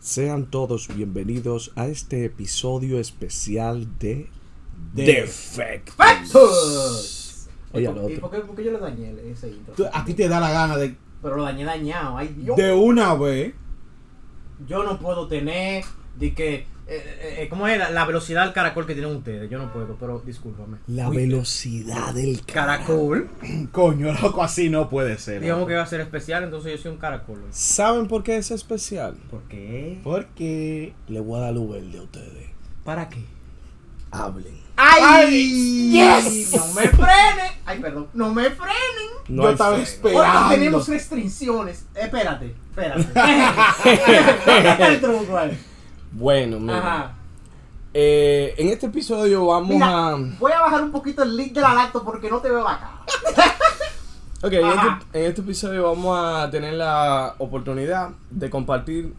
Sean todos bienvenidos a este episodio especial de Defectos. Oye, ¿Y al por- ¿Y por otro. qué, por qué yo le dañé el- ese intro? Tú- a ti te da la gana de, Pero lo dañé dañado. Ay, Dios. de una vez. Yo no puedo tener de que. eh, eh, eh, ¿Cómo es la, la velocidad del caracol que tienen ustedes? Yo no puedo, pero discúlpame. La Uy, velocidad del caracol. Caracol. Coño, loco, así no puede ser. Digamos que va a ser especial, entonces yo soy un caracol. hoy. ¿Saben por qué es especial? ¿Por qué? Porque. Le voy a dar luz verde a ustedes. ¿Para qué? Hablen. ¡Ay! ¡Ay! ¡Yes! ¡No me frenen! ¡Ay, perdón! ¡No me frenen! No Yo hay estaba freno. esperando. Porque Esperando. tenemos restricciones. Espérate, espérate. el truco, vale. Bueno, mira. Ajá. Eh, en este episodio vamos Mira, a. voy a bajar un poquito el link de la lacto porque no te veo la cara. Ok, en Ajá. este, en este episodio vamos a tener la oportunidad de compartir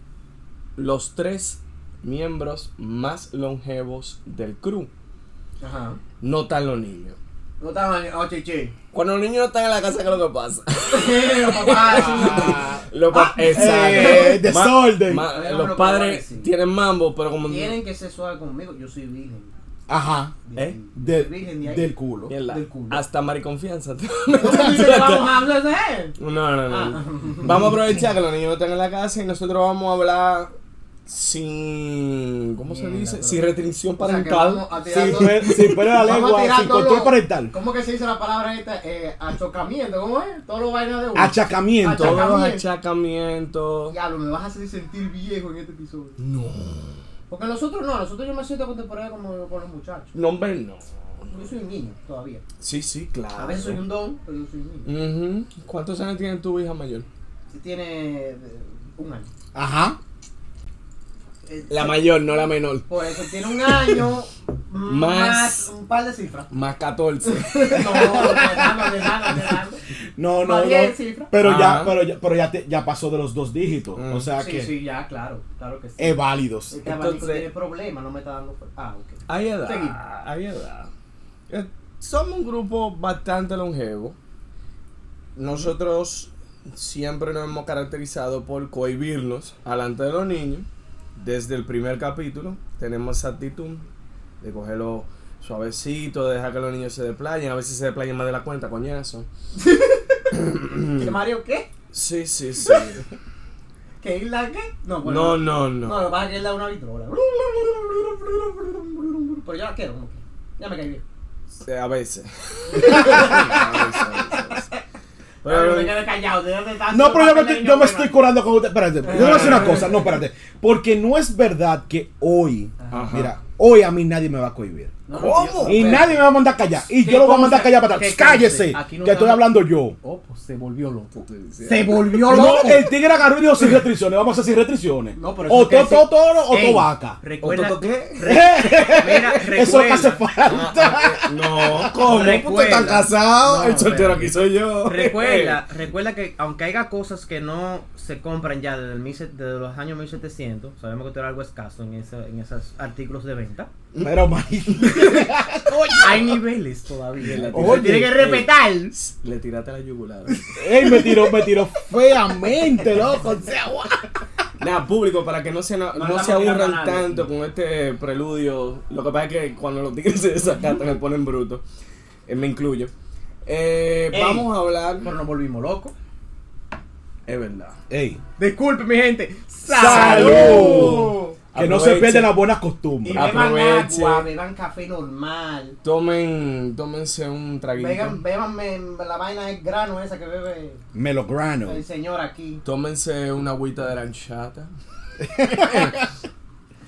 los tres miembros más longevos del crew. Ajá. No tan los niños. No estaba en oye, che. Cuando los niños no están en la casa, ¿qué es lo que pasa? Papá, sí. ah, Los pa- eh, Ma- desorden. ma- Oigan lo los que voy a padres decir. tienen mambo, pero como. Tienen que ser suave conmigo. Yo soy virgen. Ajá. ¿Eh? de- virgen de ahí. del culo. Mierda, del culo. Hasta mariconfianza. ¿Cómo tú dices que vamos a hablar de él? no, no, no. Ah. Vamos a aprovechar que los niños no están en la casa y nosotros vamos a hablar sin. ¿Cómo se Mierda, dice? pero- Sin restricción O sea, que parental. vamos a tirar Sin todo- pe- sin pelo la Vamos a lengua, tirar sin todo control lo- parental. ¿Cómo que se dice la palabra esta? Eh, achocamiento, ¿cómo es? Todo lo vaina de uno. Achacamiento. Achaca- Todos los Achacamiento. achacamientos. Diablo, me vas a hacer sentir viejo en este episodio. No. Porque nosotros no, nosotros yo me siento contemporáneo como con los muchachos. No, hombre, no. Yo soy un niño todavía. Sí, sí, claro. A veces soy un don, pero yo soy un niño. Ujú. ¿Cuántos años tiene tu hija mayor? Si tiene eh, un año. Ajá. Eh, La mayor, no la menor. Por eso tiene un año más, Más. un par de cifras. Más 14. No, dejando, dejando, dejando. No, no, Más no. diez cifras. Pero Ajá. ya, pero ya, pero ya, te- ya pasó de los dos dígitos. Mm. O sea Sí, que sí, ya, claro, claro que sí. es válidos. este abanico entonces- tiene problemas, no me está dando. fu- Ah, ok. Hay edad. Seguí. Hay edad. Eh, Somos un grupo bastante longevo. Nosotros siempre nos hemos caracterizado por cohibirnos delante de los niños. Desde el primer capítulo tenemos esa actitud de cogerlo suavecito, de dejar que los niños se desplayen. A veces se desplayan más de la cuenta, coñazo. ¿Qué, Mario qué? Sí, sí, sí. ¿Qué Isla qué? No, No, no, no. No, lo que no. pasa es que él da una vitrola. Pero yo la quiero, como que. Ya me caí bien. Eh, A veces. A veces, a veces. Pero no te Pero, quedes callado. te- te- te- No, pero yo me, te- estoy- yo me estoy te- curando con usted. Espérate, yo te voy a decir una cosa. No, espérate. Porque no es verdad que hoy, Ajá. mira, hoy a mí nadie me va a cohibir. No, no, ¿Cómo? tío, Y espérate. nadie me va a mandar callar. Y Que yo lo voy a mandar conste- callar para atrás. que Cállese, conste, aquí no que te estoy vamos- hablando yo. Oh, pues se volvió loco. Se volvió No, el tigre agarró y dijo sin restricciones. Vamos a hacer sin restricciones. No, pero o eso quiere todo decir- toro o Ey, to vaca. Recuerda, ¿Otro qué? mira, recuerda. Eso eh, es lo que hace falta. No, ¿cómo? Recuerda. Porque están casados. No, el soltero espérate. aquí soy yo. Recuerda, recuerda que aunque haya cosas que no se compran ya desde, el 1700 desde los años 1700, sabemos que esto era algo escaso en, esa- en esos artículos de venta, Pero, man, hay niveles todavía. Oye, Se tiene que ey. respetar. Le tiraste la yugular. eh. ey, me tiró, me tiró feamente, loco. O sea, guau. Nada, público, para que no se, no, estamos se aburran tirando a nadie. tanto con este preludio. Lo que pasa es que cuando los tigres se desacatan, me ponen bruto. Eh, me incluyo. Eh, Ey. vamos a hablar. Pero nos volvimos locos. Es verdad. Ey, Disculpe, mi gente. ¡Salud! que no se Aprovechen. pierden las buenas Y costumbres. Ah, beban Aproveche. agua, beban café normal. Tomen, tómense un traguito. Beban, beban la vaina es grano esa que bebe Melograno. el señor aquí. Tómense una agüita de aranchata.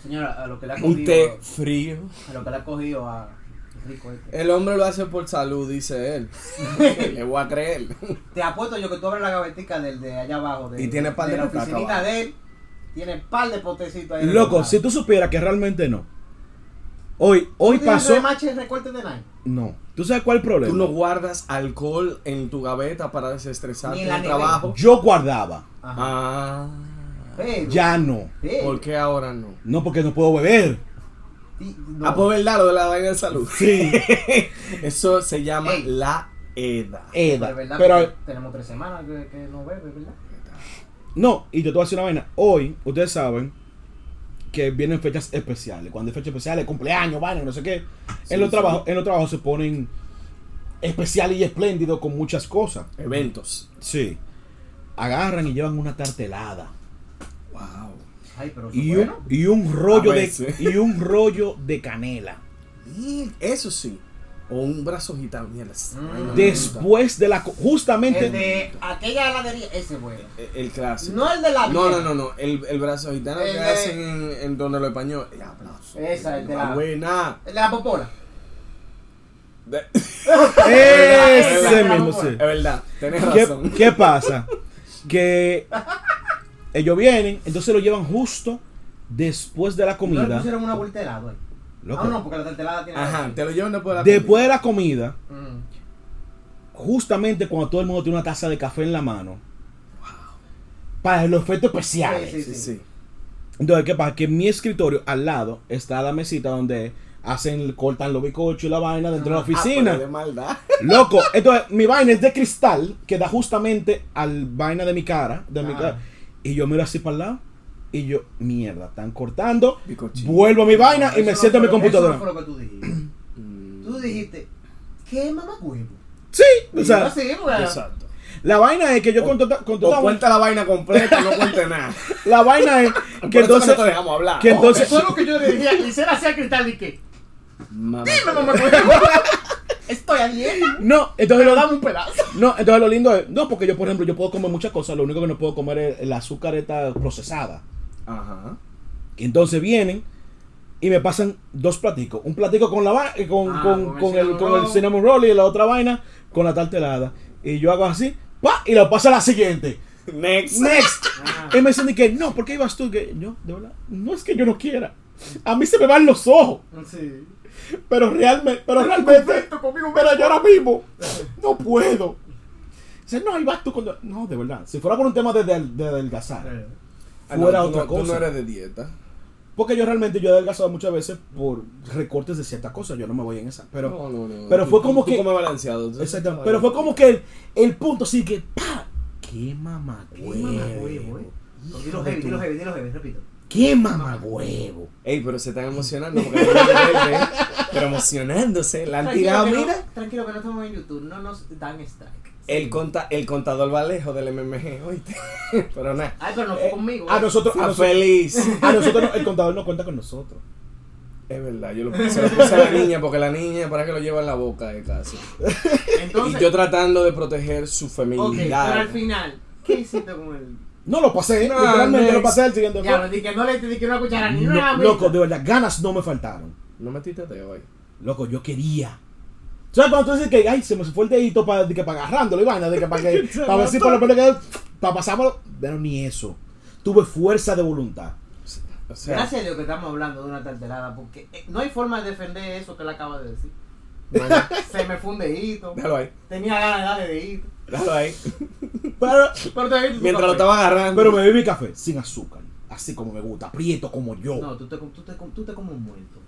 Señora, a lo que le ha Un cogido, té frío. a lo que le ha cogido a Rico este. El hombre lo hace por salud, dice él. Le voy a creer. Te apuesto yo que tú abres la gavetica del de allá abajo. De, Y tiene par de la butacas oficinita abajo. de él. Tiene par de potecitos ahí. Loco, si tú supieras que realmente no. Hoy, hoy pasó. mache recorte de nada. No. ¿Tú sabes cuál es el problema? Tú no guardas alcohol en tu gaveta para desestresarte Ni en en la el nevera. trabajo. Yo guardaba. Ajá. Ah, Pero, Ya no. pero, ¿por qué ahora no? No, porque no puedo beber. ti- no. Ah, pues verdad, lo de la vaina de salud. Sí. Eso se llama Ey. la edad. Eda. Pero, ¿verdad? Pero Porque tenemos tres semanas que, que no bebe, ¿verdad? no, y yo te voy a decir una vaina. Hoy, ustedes saben que vienen fechas especiales. Cuando hay fechas especiales, cumpleaños, vaina, no sé qué. Sí, en, los sí. trabajos, en los trabajos se ponen especiales y espléndidos con muchas cosas. Eventos. Sí. Agarran y llevan una tartelada. Wow. Ay, pero Y un, bueno. y un rollo A de veces. y un rollo de canela. Bien, Eso sí. O un brazo gitano. Mierda. Mm. Ay, no me gusta. Después de la co- El justamente de aquella heladería, ese bueno. El, E-, el clásico. No el de la No, vieja. no, no, no. El, el brazo gitano El que de- hacen en, en donde los españoles. Ya, aplauso. Esa, el de Ah, la- Buena. El de la popola. De- ese El de la mismo sí. popola. Es verdad, tenés ¿Qué, razón. qué pasa? Que ellos vienen, entonces lo llevan justo después de la No le comida. pusieron una vuelta de helado ahí. Loco. Ah, no, porque la tartelada tiene. Ajá, te lo llevan después de la Después de la comida, Mm. justamente cuando todo el mundo tiene una taza de café en la mano, para los efectos especiales. Sí, Sí, Ah, sí. Entonces, ¿qué pasa? Que en mi escritorio al lado está la mesita donde hacen, cortan los bicochos y la vaina dentro de pues, la Ah, pero oficina. de maldad. Loco, entonces mi vaina es de cristal que da justamente al vaina de mi cara, de mi Ah. cara. Y yo miro así para el lado y yo, mierda, están cortando. Bicochín. Vuelvo a mi vaina y Eso me no siento en mi fue- Eso computadora. no fue lo que tú dijiste. Mm. Tú dijiste, ¿qué mamá huevo? Sí, o sea, así, porque- Exacto. la vaina es que yo O- contrata- contrataba- O cuenta la vaina completa, no cuente nada. La vaina es Por que eso entonces. no te dejamos hablar. que Oh, entonces- Eso es lo que yo le decía. Y se la hacía cristal y que, mamá. dime mamá huevo. Estoy a dieta. No, entonces lo Dame un pedazo. No, entonces lo lindo es. No, porque yo, por ejemplo, yo puedo comer muchas cosas. Lo único que no puedo comer es el azúcar esta procesada. Ajá. Y entonces vienen y me pasan dos platicos. Un platico con la va- eh, con, Ah, con, con con el, el cinnamon con el roll. cinnamon roll y la otra vaina con la tartelada. Y yo hago así, pa, y lo pasa a la siguiente. Next. Next. Ah, Y me dicen de que no, ¿por qué ibas tú? Que yo, de verdad, no es que yo no quiera. A mí se me van los ojos. Sí. Pero realmente, pero realmente, conmigo, pero yo ahora mismo no puedo. Dice, no, ahí vas tú cuando. No, de verdad. Si fuera por un tema de, de, de adelgazar. Ah, no, Fuera tú otra no- Tú cosa. no eres de dieta. Porque yo realmente yo he adelgazado muchas veces por recortes de ciertas cosas. Yo no me voy en esa. Pero, No, no, no. pero Tú- fue tú- como tú que- comes balanceado. tú- Exactamente. Pero fue como que el, el punto sí que. ¡Pa! ¡Qué mamahuevo, eh. mamagüevo! Dilo heavy, dilo heavy, dilo heavy, repito. ¡Qué mamagüevo! Ey, pero se están emocionando porque no ven, ven, pero emocionándose. La han tirado, que no- mira. tranquilo que no estamos en YouTube, no nos dan strike. El, conta, el contador Valejo del MMG, oíste. Pero nada. Ay, pero no fue conmigo. A eh. nosotros, a Ah, nosotros, feliz. a nosotros no- el contador no cuenta con nosotros. Es verdad, yo lo puse, se lo puse a la niña porque la niña para que lo lleva en la boca de casa. Entonces, y yo tratando de proteger su ok, pero al feminidad. final, ¿qué hiciste con él? No lo pasé, No, literalmente next. lo pasé el siguiente Ya, fue- lo dije, que no le di que no escuchara ni No, una loco, de mierda. verdad, ganas no me faltaron. no metiste de hoy. Loco, yo quería. ¿Sabes cuando tú dices que ay, se me fue el dedito para que pa agarrándolo y vaina? De que para que, Se para ver si mató. por lo menos que- para pasármelo. Pero ni eso. Tuve fuerza de voluntad. O sea, Gracias a Dios que estamos hablando de una tartelada, porque eh, no hay forma de defender eso que él acaba de decir. bueno, Se me fue un dedito, déjalo ahí. tenía ganas de darle dedito. Déjalo ahí. Pero, Pero te bebiste tu Mientras lo café. estaba agarrando. pero me bebí mi café sin azúcar. Así como me gusta, prieto como yo. No, tú te, com- tú, te, com- tú te como un muerto.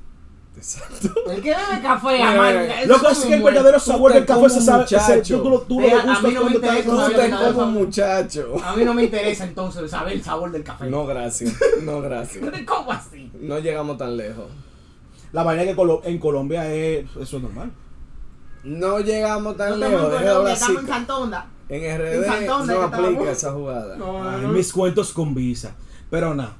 Exacto. El que bebe café, Mira, amarga, mira, ese Loco, es es un que el muerto. verdadero tú sabor te del café como se sabe. se- muchacho. tú lo, tú lo Vea, a degustas mí no me cuando estás- interesa Tú No, te no, no, como no. muchacho. A mí no me interesa entonces saber el sabor del café. No, gracias. No, gracias. ¿Cómo así? No llegamos tan lejos. La vaina que colo- en Colombia es. Eso es normal. No llegamos tan No lejos. estamos en Deja de Colombia, hablar estamos en cica. Santa Onda. En en San RD Antonio no que aplica estábamos. esa jugada. No No, Ay, no, mis cuentos con visa. Pero nada.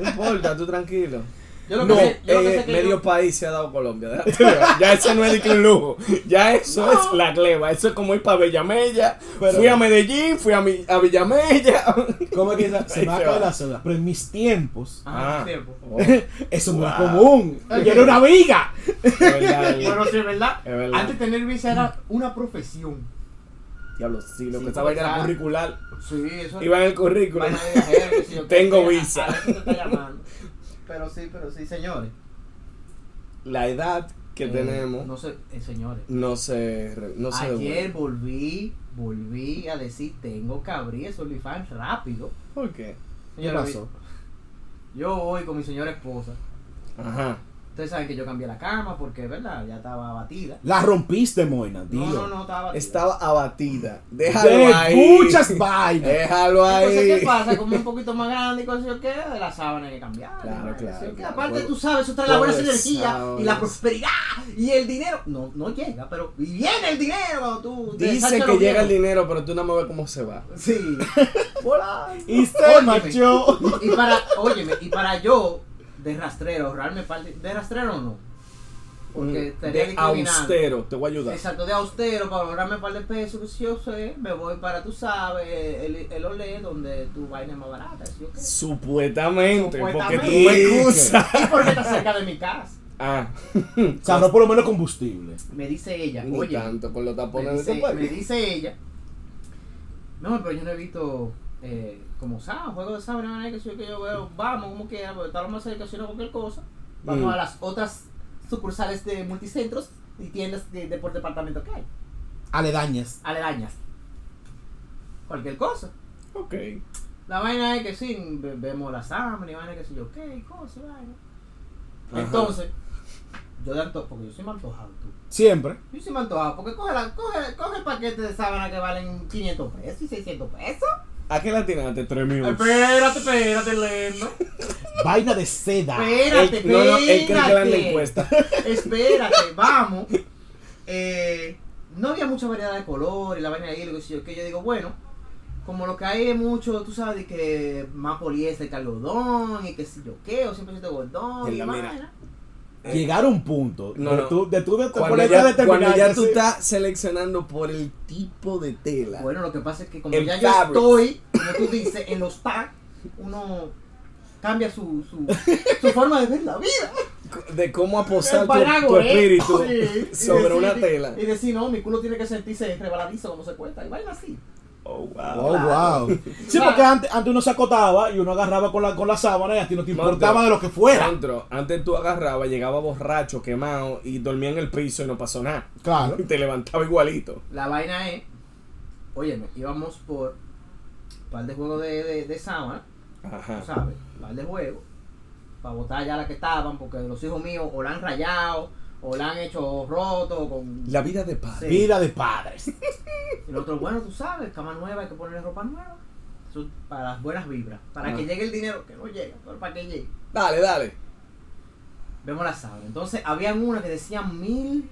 importa, tú tranquilo. Yo lo que No, sé, yo lo que eh, sé que medio yo- país se ha dado Colombia. déjate ver. ya eso no es de que un lujo. Ya eso No. es la gleba. Eso es como ir para Villamella. Pero- fui a Medellín, fui a, mi- a Villamella. ¿Cómo que se, se me va a Ahí se caer va. la cédula? Pero en mis tiempos. Ajá, tiempo. oh, Eso no era Wow. común. Yo era una viga. es verdad, es Bueno, verdad. sí, es verdad. eh. Es verdad. Antes de tener visa era una profesión. Diablo, sí, lo Sí, que estaba en porque la ya- curricular. Sí, eso Iba en el currículum. Vaina de viajero, qué sé pues, yo qué. Tengo A- visa. a eso te está llamando. Pero sí, pero sí, señores. La edad que Eh, tenemos No sé, eh, señores. no se, re- no se devuelve. Ayer volví, volví a decir, tengo que abrir esos OnlyFans rápido. ¿Por qué? ¿Qué Señores, pasó? Yo voy con mi señora esposa. Ajá. Ustedes saben que yo cambié la cama porque, ¿verdad? Ya estaba abatida. La rompiste, Moina, dilo. No, no, no, estaba abatida. Estaba abatida. Déjalo De ahí. Eh. muchas vainas. Déjalo ahí. Entonces, ¿qué pasa? Como un poquito más grande y cosas así, ¿qué? De la sábana hay que cambiar. Claro, ¿no? Así claro, que claro. Aparte, Pobre- tú sabes, eso trae la buena pobres energía y sábanas. la prosperidad y el dinero. No, no llega, pero. Y viene el dinero cuando tú. te Dice deshaces que los llega el viejos. dinero, pero tú no me ves cómo se va. Sí. Y se Óyeme. marchó. Y para, óyeme, y para yo, de rastrero, ahorrarme parte. De rastrero no. Porque Mm, estaría de discriminando. austero, te voy a ayudar. Exacto, de austero, para ahorrarme un par de pesos, si yo sé, me voy para, tú sabes, el, el Olé, donde tu vaina es más barata, si yo qué. Supuestamente, porque tú me Supuestamente. excusas. Y porque está cerca de mi casa. Ah, O sea, no por lo menos combustible. Me dice ella, ni oye, tanto con los me tapones de dice, tu país. me dice ella, no, pero yo no he visto eh, como sábado, juego de sábado, no, no, que si yo que yo veo, vamos, como pues, quiera, porque está lo más cerca, si no cualquier cosa, vamos Mm. a las otras sucursales de multicentros y tiendas de, de por departamento que hay, Aledañas. aledañas, cualquier cosa. Ok. La vaina es que sí, ve- vemos la sábana y vaina que sí, yo, qué y cosas, vaina. Ajá. Entonces, yo de antojo, porque yo soy me antojado, tú. Siempre. Yo sí me antojaba, porque coge, la, coge, coge el paquete de sábana que valen 500 pesos y 600 pesos. ¿A qué latinaste? Tres minutos. Espérate, espérate, Leno. Vaina de seda. Eh. Espérate, espérate. Él- no, no, él cree que le dan la encuesta. Espérate, vamos. Eh, no había mucha variedad de colores, la vaina de hilo, qué sé yo, que yo digo, bueno, como lo que hay es mucho, tú sabes, de que más poliéster que algodón y que si yo qué, o siempre siento gordón En y la mira. vaina. Llegar a un punto No, de no. tú, de tú de te Cuando ponerte a ya, determinar, cuando ya tú sí. estás seleccionando por el tipo de tela. Bueno, lo que pasa es que como El ya yo fabric. estoy, como tú dices, en los tags, uno cambia su, su, su forma de ver la vida. de cómo aposar El tu, parago, tu ¿eh? espíritu Sí. Y sobre decir- una tela. Y decir, no, mi culo tiene que sentirse rebaladizo como se cuenta. Y vaina así. Oh, Oh, wow. Claro. wow. Ah. Sí, porque antes, antes uno se acotaba y uno agarraba con la, con la sábana y a ti no te Mando. importaba de lo que fuera. Dentro, antes tú agarrabas, llegaba borracho, quemado y dormía en el piso y no pasó nada. Claro. Y te levantaba igualito. La vaina es, óyeme, íbamos por un par de juegos de, de, de sábana, tú Ajá. ¿sabes? Un par de juegos. Para botar ya la que estaban, porque los hijos míos o la han rayado, o la han hecho roto, con La vida de padre. Sí. Vida de padres. El otro, bueno, tú sabes, cama nueva, hay que ponerle ropa nueva. Eso para las buenas vibras. Para Ah. que llegue el dinero, que no llega, pero para que llegue. Dale, dale. Vemos la sábana. Entonces, habían una que decía mil,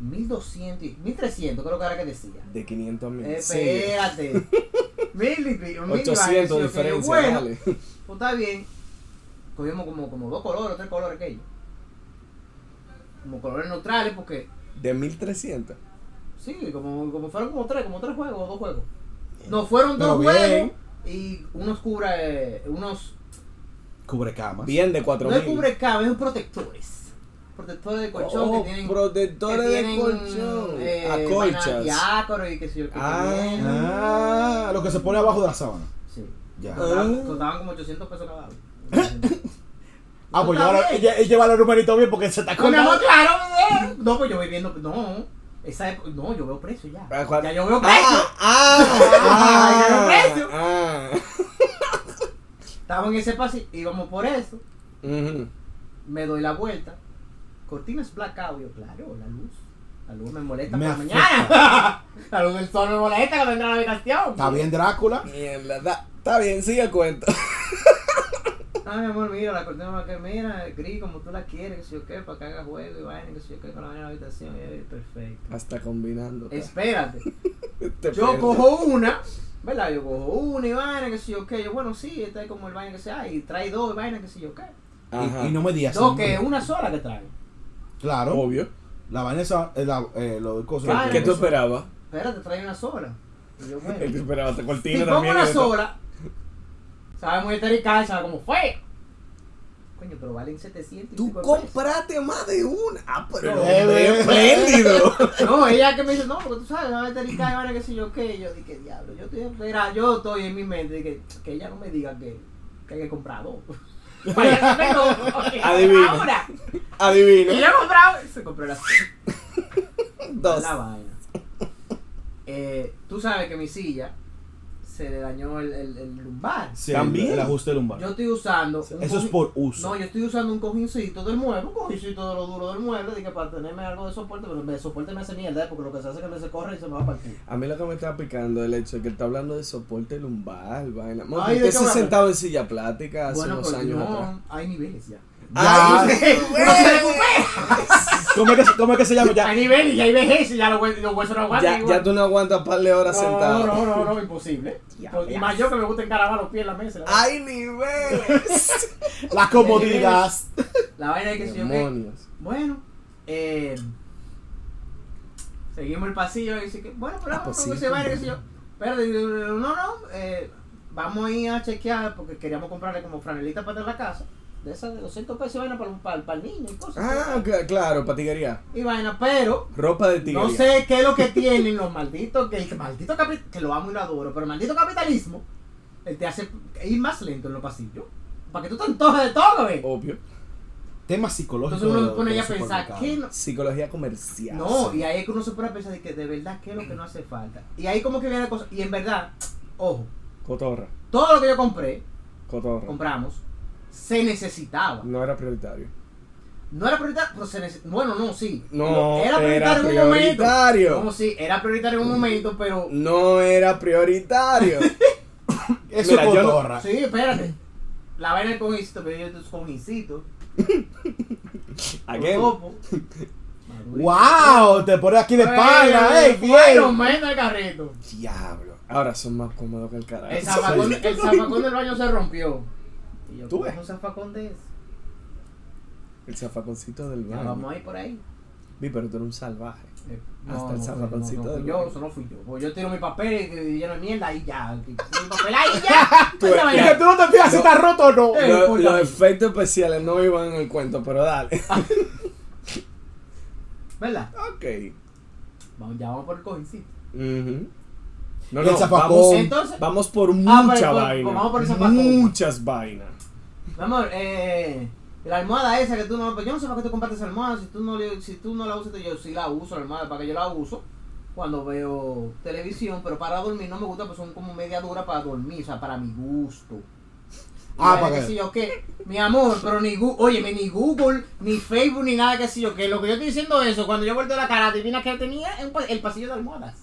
mil doscientos, y- mil trescientos, creo que era que decía. Eh, De 500 a 1000. Espérate. mil y pico, mil y varios, 800 sí, ok. diferencia, Bueno, dale. pues está bien. Cogimos como, como dos colores, tres colores que ellos. Como colores neutrales, porque De 1300. Sí, como, como fueron como tres, como tres juegos, dos juegos. No, fueron Pero dos bien. juegos y unos cubre, eh, unos, Cubre camas. Bien de no 4000. es cubre cabezas, son protectores. Protectores de colchón Oh, que tienen, protectores que de tienen, colchón. eh, a vaina colchas. antiácaro y qué sé yo qué Ah. tienen. Ah, lo que se pone abajo de la sábana. Sí. Ya. Costaban, costaban como 800 pesos cada uno. Ah, pues Está lleva, la- bien. lle- lleva los numeritos bien porque se está Con mi amor, acordando. claro. eh. No, pues yo voy viendo, no. Esa época- no, yo veo precio ya. Ah, ¿cuál? Ya yo veo precio. Ah, ah, Ay, qué precio. ah, Estaba en ese pasillo, íbamos por eso. Ujú. Me doy la vuelta. Cortinas blackout. Yo, claro, la luz. La luz me molesta Me por la afecta. mañana. la luz del sol me molesta cuando entra a la habitación. Está bien, Drácula. Mierda, da- está bien, sigue el cuento. Ah, mi amor, mira, la cortina blackout. Mira, gris, como tú la quieres, que sé yo qué, para que haga juego y vaina, que sé yo qué, con la vaina en la habitación. Y yo, Ah, perfecto. Hasta combinando. Espérate. Te Yo pierdes. cojo una. ¿Verdad? Yo cojo una y vaina, que sé yo qué. Yo, bueno, sí, esta es como el vaina que sea. Y trae dos y vaina, que sé yo qué. Ajá. Y, y no me digas. Dos, hombre. que es una sola que trae. Claro. Obvio. La vaina esa, eh, la, eh, lo de cosas. Claro. ¿Qué tú eso- esperabas? Espérate, trae una sola. Y yo, bueno. El que esperaba esta Si cortina pongo también. una de todo. sola, sabe muy estericada, sabe como fue. Coño, pero valen 700 y Tú pico de compraste más de una. Ah, pero No. el hombre es espléndido. pesos. No, ella que me dice, no, porque tú sabes, sabe estericada y ahora que sé yo qué. Yo dije, diablo, yo estoy, espera, yo estoy en mi mente, dije, que ella no me diga que, que hay que comprar dos. Pues, Vaya, pero, ok, Adivina. Ahora, y yo Adivina. he comprado, se compró la, Dos. la vaina. Eh, tú sabes que mi silla se se le dañó el, el- el lumbar. Sí, También. El ajuste lumbar. Yo estoy usando. un Eso es cojín- por Pues uso. No, yo estoy usando un cojincito del mueble, un cojincito de lo duro del mueble, dije, para tenerme algo de soporte, pero el soporte me hace mierda, eh, porque lo que se hace es que me se corre y se me va a partir. A mí lo que me está picando es el hecho de que él está hablando de soporte lumbar, vaina. Bueno, Ay, usted ¿de qué se habla? sentaba en silla plática hace Bueno, unos pero años atrás. no, hay niveles ya. Ah, Ya. Ay, Uno se recupera. ¿Cómo, es que, se- ¿Cómo es que se llama? Ya. Hay niveles, ya hay vejez y ya los hue- los huesos no aguantan. ya, igual. ya tú no aguantas par de horas sentado. no, no, no, no, imposible. Y más yo que me gusta encarabar los pies en la mesa. y la vaina. ¡Ay, niveles! Las comodidad. La Ah. vaina es que si yo que- Demonios. Bueno, eh, seguimos el pasillo y dice que, bueno, pero Ah, vamos pues con sí. ese baile, qué sé yo. Pero digo, no, no, eh, vamos a ir a chequear porque queríamos comprarle como franelita para tener la casa. De esas de 200 pesos y vaina para, un- para, para el niño y cosas. Ah, cl- claro, patiguería. Y vaina, pero Ropa de tigre. no sé qué es lo que tienen los malditos, que el maldito capi- que lo amo y lo adoro, pero el maldito capitalismo eh, te hace ir más lento en los pasillos. Para que tú te antojes de todo, ¿eh? ¿ves? Obvio. Tema psicológico. Entonces uno de- se pone del ya a pensar, supermercado. ¿qué no- Psicología comercial. No, y ahí es que uno se pone a pensar de que de verdad qué es lo que no hace falta. Y ahí como que viene la cosa. Y en verdad, ojo, Cotorra. todo lo que yo compré, Cotorra. compramos, se necesitaba. No era prioritario. No era prioritario, pero se necesitaba. Bueno, no, sí. No, era prioritario era en un momento. prioritario. Como sí, era prioritario en un momento, pero. No era prioritario. Eso Mira, es yo no- cotorra. Sí, espérate. La vaina del cojincito, pero yo tus cojincitos, Again. topo. pues. ¡Wow! Te pones aquí de espalda, ¡eh! Bueno, ¡Bien! menos el carrito. Diablo. Ahora son más cómodos que el carajo. El zapacón, el zapacón del baño se rompió. Y yo, Tú ¿cómo ves. un zapacón de eso? El zafaconcito del Ya vamos baño. a ir por ahí. Vi, pero tú eres un salvaje. Eh, Hasta el fue- zapaconcito no, no fui del yo, baño. eso no fui yo. Pues yo tiro mi papel y lleno de mierda y ya. Mi papel ahí ya. Tú Esa eres- Y que vaina. tú no te fijas si está roto o no. Eh, Lo- por la los vida. efectos especiales no iban en el cuento, pero dale. ¿Verdad? ok. Vamos, ya vamos por el cojincito. Ujú. No, Y el no, zafacón. vamos, Entonces- vamos por Ah, mucha pero, pues, vaina. pues, vamos por el zafacón. Muchas vainas. Vamos, eh. La almohada esa que tú no. Pues yo no sé para qué tú compartes esa almohada. Si tú no, le- si tú no la usas, yo sí la uso, la almohada. Para que yo la uso cuando veo televisión. Pero para dormir no me gusta, pues son como media dura para dormir. O sea, para mi gusto. Ah, Nada para que que- sé yo qué. Mi amor, pero ni Google, óyeme, ni Google, ni Facebook, ni nada que sé yo qué. Lo que yo estoy diciendo es eso, cuando yo volteo la cara, adivina que tenía Es un pa- el pasillo de almohadas.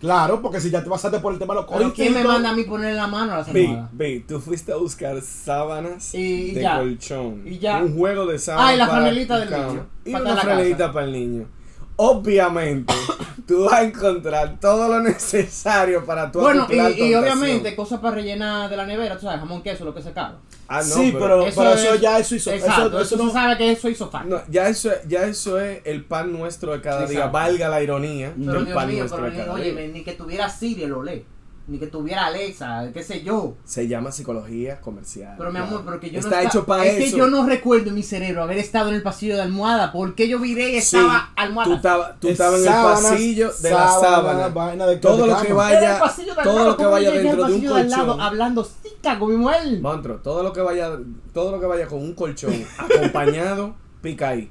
Claro, porque si ya te pasaste por el tema de los Pero cojincitos. ¿quién me manda a mí poner la mano a las Vi, almohadas? vi, tú fuiste a buscar sábanas Y- y de ya. colchón. Y ya. Un juego de sábanas. Ah, y la para franelita tu del cama. niño, Y para una la casa. franelita para el niño. Obviamente, tú vas a encontrar todo lo necesario para tu Bueno, y, acoplar y tentación. obviamente cosas para rellenar de la nevera, tú sabes, jamón, queso, lo que se acaba. Ah, no, sí, pero, pero eso, es- ya es suizo. Exacto, Eso, eso se no. sabe que eso hizo fact. No, ya eso, ya eso es el pan nuestro de cada día. Exacto. Valga la ironía Pero del Dios pan mío, nuestro pero de ni, cada óyeme, día. ni que tuviera Siri lo lee, ni que tuviera Alexa, qué sé yo. Se llama psicología comercial. Pero mi ya. amor, pero que yo Está no esta- hecho para es eso. que yo no recuerdo en mi cerebro haber estado en el pasillo de almohada. ¿Por qué yo viré y Sí, estaba Tú almohada? estabas tú Es estabas en el sábanas, pasillo de la sábanas, sábana. vaina de todo lo cama. que Era el vaya, pasillo de al todo lado, lo que ¿cómo vaya yo llegué al dentro de un pasillo al lado colchón. hablando cica con mi mujer. Monstruo, todo lo que vaya, todo lo que vaya con un colchón acompañado, pica ahí.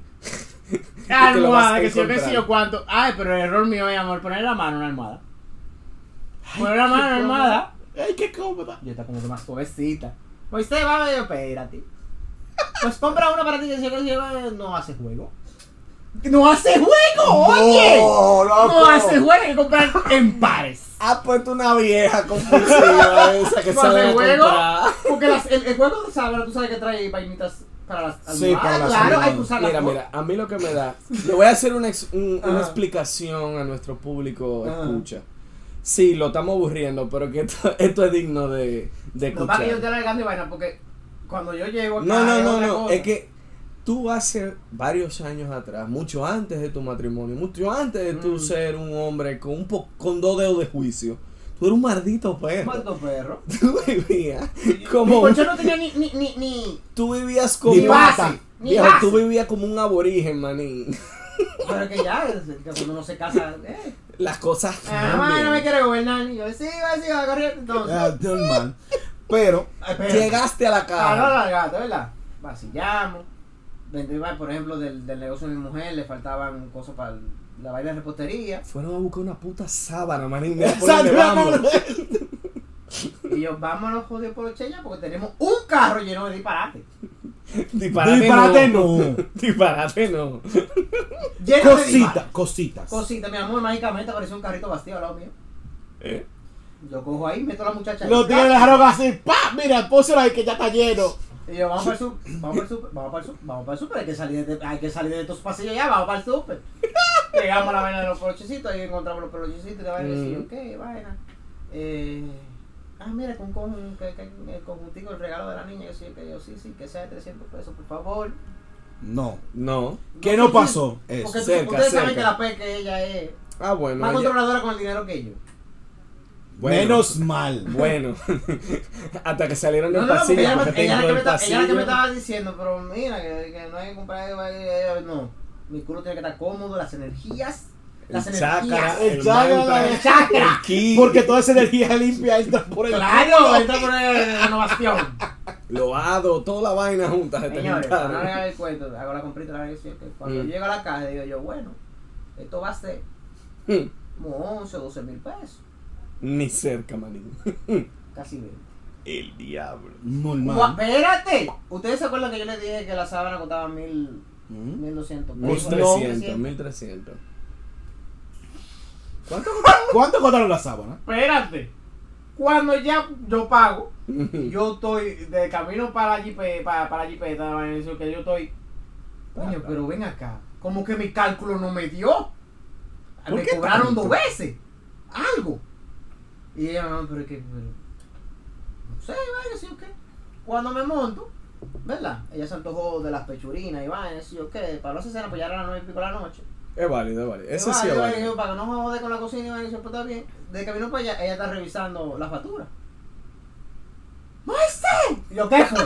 Ah, te lo vas a almohada, que si yo qué encontrar. sé yo cuánto. Ay, pero el error mío, mi amor, poner la mano en la almohada. Poner la mano en la almohada. Ay, qué cómoda. Yo está como que más suavecita. Pues usted va a ver, espérate. Pues compra una para ti que si yo qué sé yo, no hace juego. ¡No hace juego! ¡Oye! No, loco. No hace juego, hay que comprar en pares. Ha puesto una vieja compulsiva esa que No hace sabe a juego. comprar. Porque las- el, el juego de sábado, tú sabes que trae vainitas para las almohadas. Sí, para las claro, almohadas. hay que usarlas. Mira, ¿no? mira, a mí lo que me da, le voy a hacer una, ex- un- una Ah. explicación a nuestro público Ah. escucha. Sí, lo estamos aburriendo, pero que esto, esto es digno de, de Lo que pasa es que yo te escuchar. alargando y vaina porque cuando yo llego acá No, no, es no, otra no, cosa. es que tú hace varios años atrás, mucho antes de tu matrimonio, mucho antes de tú Mm. ser un hombre con un po- con dos dedos de juicio, tú eres un maldito perro. Maldito perro. Tú vivías Mi como colchón no tenía ni, ni, ni, ni. tú vivías como Ni base, ni Viejo, base. tú vivías como un aborigen, manín. Pero que ya, es que cuando uno se casa, eh. Las cosas Ah, mamá, no me cambian. quiere gobernar. Y yo, sí, va, sí, va, corriendo. Entonces, Ah, normal. Pero, Llegaste a la Claro, cara. alargado, ¿verdad? Vacillamos. Vendí, va, por ejemplo, del, del negocio de mi mujer, le faltaban cosas para la vaina de repostería. Fueron a buscar una puta sábana, manín. Mira por Exacto. dónde vamos. Y yo, vámonos, jodidos por Ochella, porque tenemos un carro lleno de disparates. Disparate, Disparate no. no. Disparate no. Lleno de disparates. Cosita, cositas. Cosita, mi amor, mágicamente apareció un carrito vacío al lado mío. ¿Eh? Yo cojo ahí, meto a la muchacha ahí. Los tigres dejaron así. ¡Pa! Mira, póselo ahí que ya está lleno. Y yo, vamos para el super, vamos para el super, vamos para el super, vamos para el super, hay que salir de, hay que salir de estos pasillos ya, vamos para el super. Llegamos a la vaina de los pelochecitos, ahí encontramos los pelochecitos y la vaina y Mm. yo, ¿qué vaina? Eh, ah, mira, con, con, que- que- el conjuntico, el regalo de la niña, yo sí, que yo sí, sí, que sea de 300 pesos, por favor. No. No. ¿Qué no pasó? Porque Eso. tú- cerca, ustedes saben cerca. que la P que ella es Ah, bueno. más ella- controladora con el dinero que yo. bueno. Menos mal. Bueno. Hasta que salieron del No, no, no, porque pasillo. ella, porque ella, era dentro que me, del ta- ella era que pasillo- me estaba diciendo, pero mira, que, que no hay que comprar, eh, eh, no. Mi culo tiene que estar cómodo, las energías, las El energías. chácara, El el chácara, mantra, el el ki. Porque toda esa energía limpia entra por el. Claro, entra por la renovación. Lo hado, toda la vaina junta. se te Señores, para no juntaron. regalar el cuento, hago la comprita, la verdad, que cuando Mm. llego a la caja, digo yo, bueno, esto va a ser Hmm. como 11 o 12 mil pesos, Ni cerca, manín. casi 20. El diablo. Gua- Normal. Espérate, ¿ustedes se acuerdan que yo les dije que la sábana costaba mil, Mm. 1200 pesos? 1300, 1300. ¿Cuánto ¿Cuánto costaron las sábanas? Espérate. Cuando ya yo pago, yo estoy de camino para la jipeta, para, para la jipeta, la vaina, eso que yo estoy. Coño, pero ven acá. Como que mi cálculo no me dio. ¿Por Me qué cobraron tanto? dos veces. Algo. Y ella, no, pero es que. pero- no sé, vaina, sí o qué. Cuando me monto, ¿verdad? Ella se antojó de las pechurinas y vaina, sí o qué. Para no hacer cena, pues ya era las nueve y pico de la noche. Es válido, es válido. Eso Yo, sí ah, es yo, yo, válido. para que no me jode con la cocina y vaina, yo, pues, está bien. De camino para allá, ella está revisando la factura. ¡Maestro! Y Yo, ¿qué fue? tú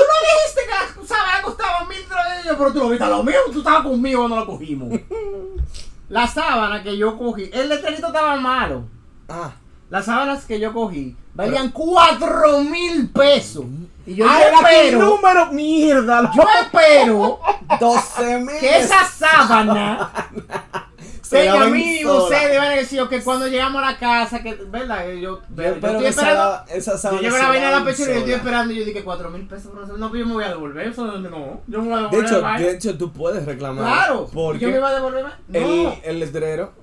no dijiste que la sábana costaba mil dólares. Y yo, pero tú lo viste a lo mío, tú estabas conmigo cuando la cogimos. la sábana que yo cogí, el letrerito estaba malo. Ah, Las sábanas que yo cogí valían cuatro mil pesos. Y yo, yo ¡Ay, era que espero, número! ¡Mierda! yo espero 12 mil. que esa sábana Se la Tenga ven amigos, sola. sé, de verdad que sí, o que cuando llegamos a la casa, que, ¿verdad? Que Yo, Yo yo espero estoy que esperando. esa, esa Yo sábana llego a se la vaina de la ven pechera y yo estoy sola. esperando. Y yo dije, cuatro mil pesos por una No, pero yo me voy a devolver eso. No, no, yo me voy De a devolver. hecho, ¿vale? de hecho, tú puedes reclamar. claro. Porque Yo me iba a devolver. ¿vale? No. el, el letrero.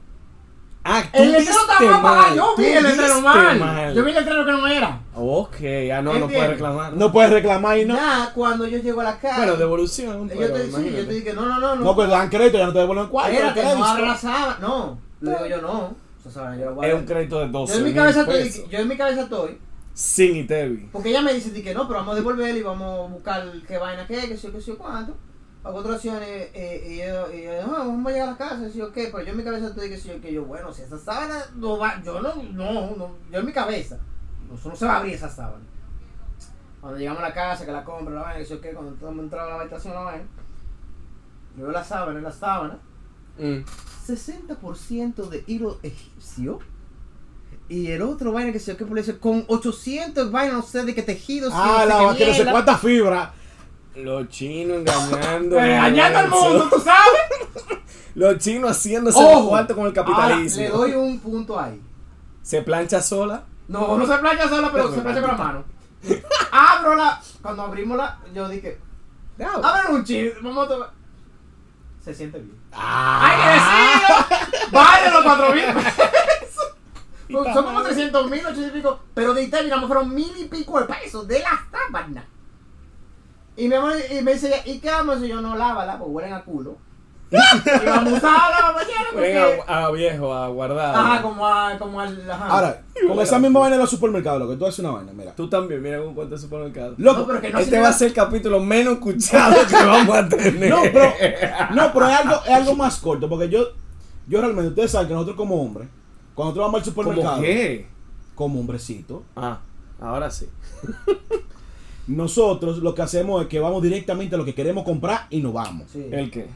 Ah, tú el letrero diste estaba mal. Yo tú vi el letrero diste mal. mal. Yo vi el letrero que no era. Ok, ah, no, no ¿Entiendes? puedes reclamar. No puedes reclamar y no. Nada, cuando yo llego a la casa. Bueno, devolución. yo, pero te, sí, yo te imagínate. dije, no, no, no. No, pues dan crédito, ya no te devuelven cuarto. Espérate, no crédito. abra la sábana. No. Le digo yo, no. Esa sábana yo la voy a Es un devolver. crédito de 12 Yo en mi mil cabeza estoy. pesos. Yo en mi cabeza estoy. Sin ITEVI. Porque ella me dice di que no, pero vamos a devolver y vamos a buscar qué vaina que es, que sé yo, que sé yo cuánto. Hago otras acciones eh, y yo, y yo, no, vamos a llegar a la casa, que sé yo qué, pero yo en mi cabeza estoy que sé yo que yo, bueno, si esa sábana no va, yo no, no, no, yo en mi cabeza, no, eso no se va a abrir esa sábana. Cuando llegamos a la casa, que la compro, la vaina, que sé yo qué, cuando estamos entrando a la habitación, la vaina, yo veo la sábana, la sábana, Mm. 60% de hilo egipcio. Y el otro vaina que se que por eso, con 800 vainas, no sé de qué tejido. Ah, la va- que no sé cuántas fibras. Los chinos engañando. Engañando al ganso. mundo, tú sabes. Los chinos haciéndose Ojo. el cuarto con el capitalismo. Ahora, Ah, le doy un punto ahí. Se plancha sola. No, no se playa sola, pero Pero se playa con la maldita. mano. Abro la. Cuando abrimos la, yo dije, Ya, abran un chip, vamos a tomar. Se siente bien. ¡Hay que Ah, decirlo! ¡Vale los 4 mil pa' pesos! Son como madre. 300 mil, 800 y pico. Pero de Italia, mi amor, fueron mil y pico de pesos de la sábana. Y mi amor, y me dice, ella, ¿y qué vamos? Y yo, no, lávala, pues huelen a culo. y vamos a usarla mañana porque... Venga a, a viejo, a guardar. Ajá, como a... Como al, ajá. ahora, con esa misma vaina de los supermercados, loco, tú haces una vaina, mira. Tú también, mira un cuento de supermercado. Loco, No, pero que no este sirve- va a ser el capítulo menos escuchado que vamos a tener. No, pero, no, pero es, algo, es algo más corto, porque yo, yo realmente, ustedes saben que nosotros como hombres, cuando nosotros vamos al supermercado, ¿Cómo qué? como hombrecito, Ah, ahora sí. nosotros lo que hacemos es que vamos directamente a lo que queremos comprar y nos vamos. Sí. ¿El qué?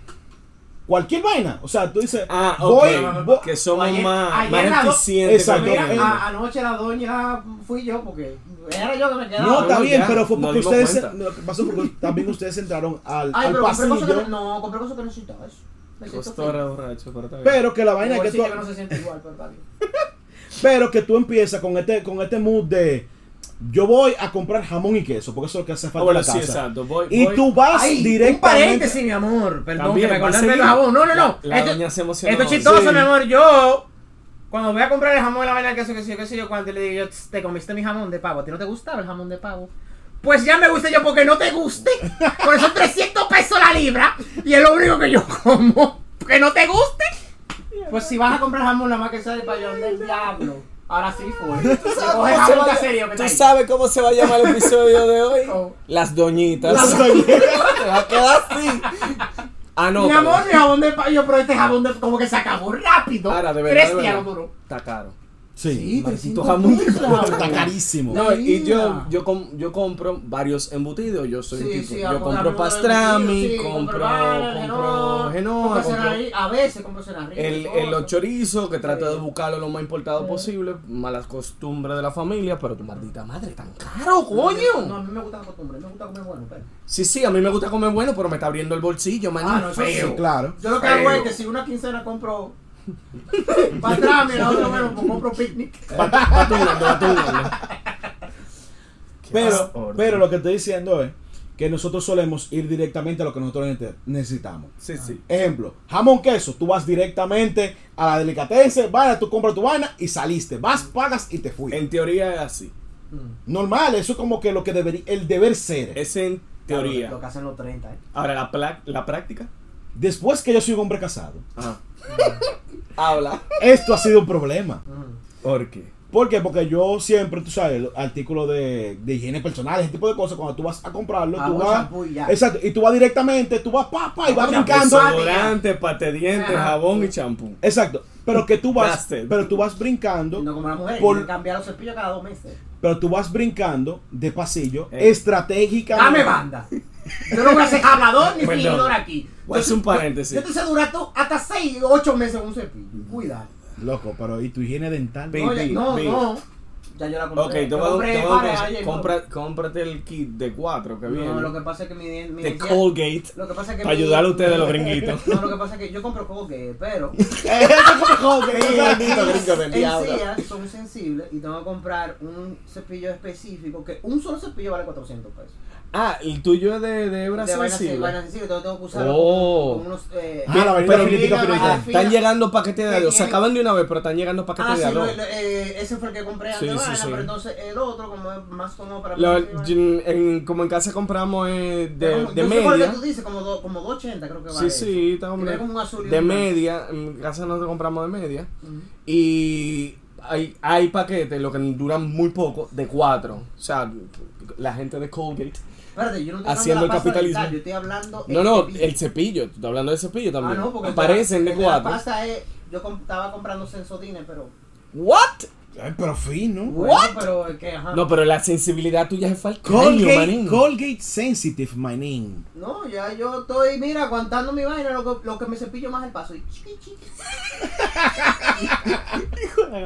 Cualquier vaina, o sea, tú dices, Ah, ok. voy, voy- que somos Ayer- más, ayer más la do- eficientes. Exacto. con Mira, ah, todo. a- anoche la doña fui yo porque... Era yo que me quedaba. No, está no, bien, ya, pero fue nos porque dimos ustedes cuenta. no, lo que pasó fue que también ustedes entraron al, Ay, al pero compré pasillo. cosas que... No, compré cosas que necesitaba eso. Me siento Costora borracho, pero está bien. Ah, Pero que la vaina Igual que sí tú. que no se siente igual, pero está bien. Pero que tú empiezas con este, con este mood de yo voy a comprar jamón y queso, porque eso es lo que hace falta bueno, en la sí, casa. exacto. Voy, Y voy- tú vas Ay, un directamente. paréntesis, mi amor. Perdón También, que me va a acordaste de seguir. los jabón. No, no, no. La- la esto, doña se emocionó. esto es chistoso, Sí. mi amor. Yo, cuando voy a comprar el jamón de la vaina, que sé yo, que sé yo, que sé yo, cuando le digo, yo, "Tss, te comiste mi jamón de pavo. ¿A ti no te gustaba el jamón de pavo? Pues ya me gusta yo porque no te guste. Por eso 300 pesos la libra. Y es lo único que yo como. Que no te guste. Pues si vas a comprar jamón, nada más que sea de payón del diablo. Ahora sí fue. pues. Tú ¿Sabes coges cómo se jamón va a- caserio que ¿Tú está ahí. sabes cómo se va a llamar el episodio de hoy? ¿Cómo? Las doñitas. Las doñitas. Te va a quedar así. Mi Anótalo. amor, mi jabón de payón, pero este jabón de como que se acabó rápido. Ahora, de verdad, Tres de días verdad. lo duró. Está caro. Sí. maldito 300 jamón de pesos. Está carísimo. No, y yo, Mira. yo, com- yo compro varios embutidos. Yo soy Sí, un tipo. sí, yo algo- compro algo pastrami, embutido, sí, compro, banana, compro compro genoa, compro cenarí- a veces compro cenarrillo. el, el los chorizos, que trato de Sí. buscarlo lo más importado posible. Malas costumbres de la familia, pero tu maldita madre, tan caro, No, a coño. mí me gusta la costumbre, me gusta comer bueno, pero. Sí, sí, a mí me gusta comer bueno, pero me está abriendo el bolsillo, man. Ah, no, eso feo. sí, Claro. Yo lo que hago es Feo. que si una quincena compro para atrás, mira, otra bueno, pues compro picnic. Va turnando, va turnando. Pero, Desorden. pero lo que estoy diciendo es que nosotros solemos ir directamente a lo que nosotros nete- necesitamos. Sí, sí. Ejemplo, jamón queso, tú vas directamente a la delicatessen, vaya, tú compras tu vaina y saliste, vas, pagas y te fuiste. En teoría es así. Mm, Normal, eso es como que lo que debería, el deber ser. Es en Lo, teoría. que hacen los 30, ¿eh? Ahora, la, pla- la práctica. Después que yo soy un hombre casado, Ah. Habla. esto ha sido un problema. Mm. ¿Por qué? ¿Por qué? Porque yo siempre, tú sabes, los artículos de, de higiene personal, ese tipo de cosas, cuando tú vas a comprarlo, Ah, tú un vas. shampoo y ya. Exacto, y tú vas directamente, tú vas pa, pa, y vas Ah, un brincando. shampoo. Desodorante, pate dientes, Ajá. jabón y champú. Exacto, pero que tú vas, That's it. pero tú vas Y brincando, No como las mujeres, Por- por... cambiar los cepillos cada dos meses. pero tú vas brincando de pasillo Eh. estratégicamente. Dame banda. Yo no voy a ser hablador ni Perdón. fingidor aquí. Voy a hacer un paréntesis. Yo te sé durar tú hasta 6 o 8 meses con un Mm. cepillo. Cuidado. Loco, pero ¿y tu higiene dental? Ve- No, ya- Baby, no, baby. no. Ya yo la compré. Ok, te Yo voy a dar- compré te voy a dar para un consejo. ayer, ¿no? Compra- Cómprate el kit de cuatro que No, lo viene. que pasa es que mi dien- mi De dentista- Colgate. Lo que pasa es que Para mi- ayudar a ustedes, los gringuitos. No, lo que pasa es que yo compro Colgate, pero Gringo, gringo del diablo. encías son sensibles y tengo que comprar un cepillo específico que un solo cepillo vale 400 pesos. Ah, el tuyo es de, de hebra De vaina sensible. vaina sensible, entonces tengo que usarlo Oh. con, con unos... Eh, Ah, la vaina pero- crítica, fina, pero vaina ya. fina. Están llegando paquetes de Que adiós. Se tiene- acaban de una vez, pero están llegando paquetes Ah, de sí, adiós. lo- lo- eh, ese fue el que compré antes, Sí, sí, vaina, sí. pero entonces el otro como es más cómodo para... Lo- mí, vaina. en- como en casa compramos eh, de, Pero de yo sé cuál que media. tú dices, como, do- como 280 creo que vale. Sí, sí, está Tiene hombre. como un azul y De un blanco. media, en casa nosotros compramos de media. Ujú. Y hay, hay paquetes, lo que duran muy poco, de cuatro. O sea, la gente de Colgate. Espérate, yo no estoy Haciendo hablando de la el capitalismo. pasta dental, yo estoy hablando... No, no, cepillo. el cepillo. Tú estás hablando de cepillo Ah, también. no, porque Aparecen de el la cuatro. pasta es, yo com- estaba comprando sensodines, pero... ¿What? Ay, pero fino. Bueno, What? pero es que, ajá. No, pero la sensibilidad tuya es falta. Colgate, Colgate Sensitive, my name. No, ya yo estoy, mira, aguantando mi vaina, lo que, lo que me cepillo más el paso. Y, chiqui, chiqui.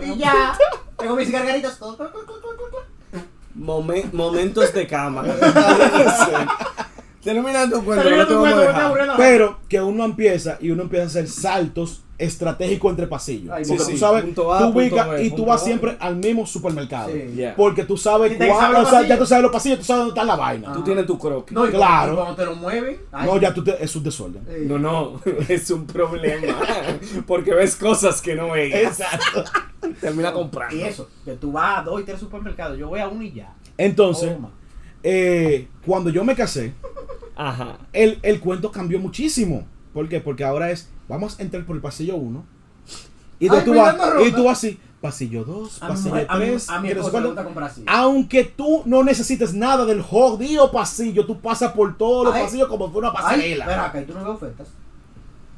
y ya, tengo mis gargaritos todos. clac, clac, clac, clac, clac, clac. Momen- momentos de cama. No sé. Termina tu cuento. Termina no te tu vamos a dejar. cuento, porque está aburrido. Pero que uno empieza y uno empieza a hacer saltos estratégicos entre pasillos. Ay, porque sí, sí. tú sabes, Punto A, tú punto ubicas B, y tú punto vas A. siempre al mismo supermercado. Sí. Yeah. Porque tú sabes Y te sabes cuál- los o sea, ya pasillos. tú sabes los pasillos, tú sabes dónde está la vaina. Tú tienes tu croquis. No, y cuando- Claro. y cuando te lo mueven, ay, No, ya tú te, es un desorden. eh, No, no, es un problema. Porque ves cosas que no veías. Exacto. Termina Y comprando. eso, que tú vas a dos y tres supermercados, yo voy a uno y ya. Entonces, Toma. eh, cuando yo me casé, Ajá. el, el cuento cambió muchísimo. ¿Por qué? Porque ahora es, vamos a entrar por el pasillo 1. Y, Ay, tú me vas- dan la y tú ropa. vas así, pasillo 2, A mi, pasillo mujer- a mi, 3. a mi esposa le gusta comprar así. Ah, Aunque tú no necesites nada del jodido pasillo, tú pasas por todos los Ay. pasillos como fue una Ay, pasarela. espera, acá, y tú no ves ofertas.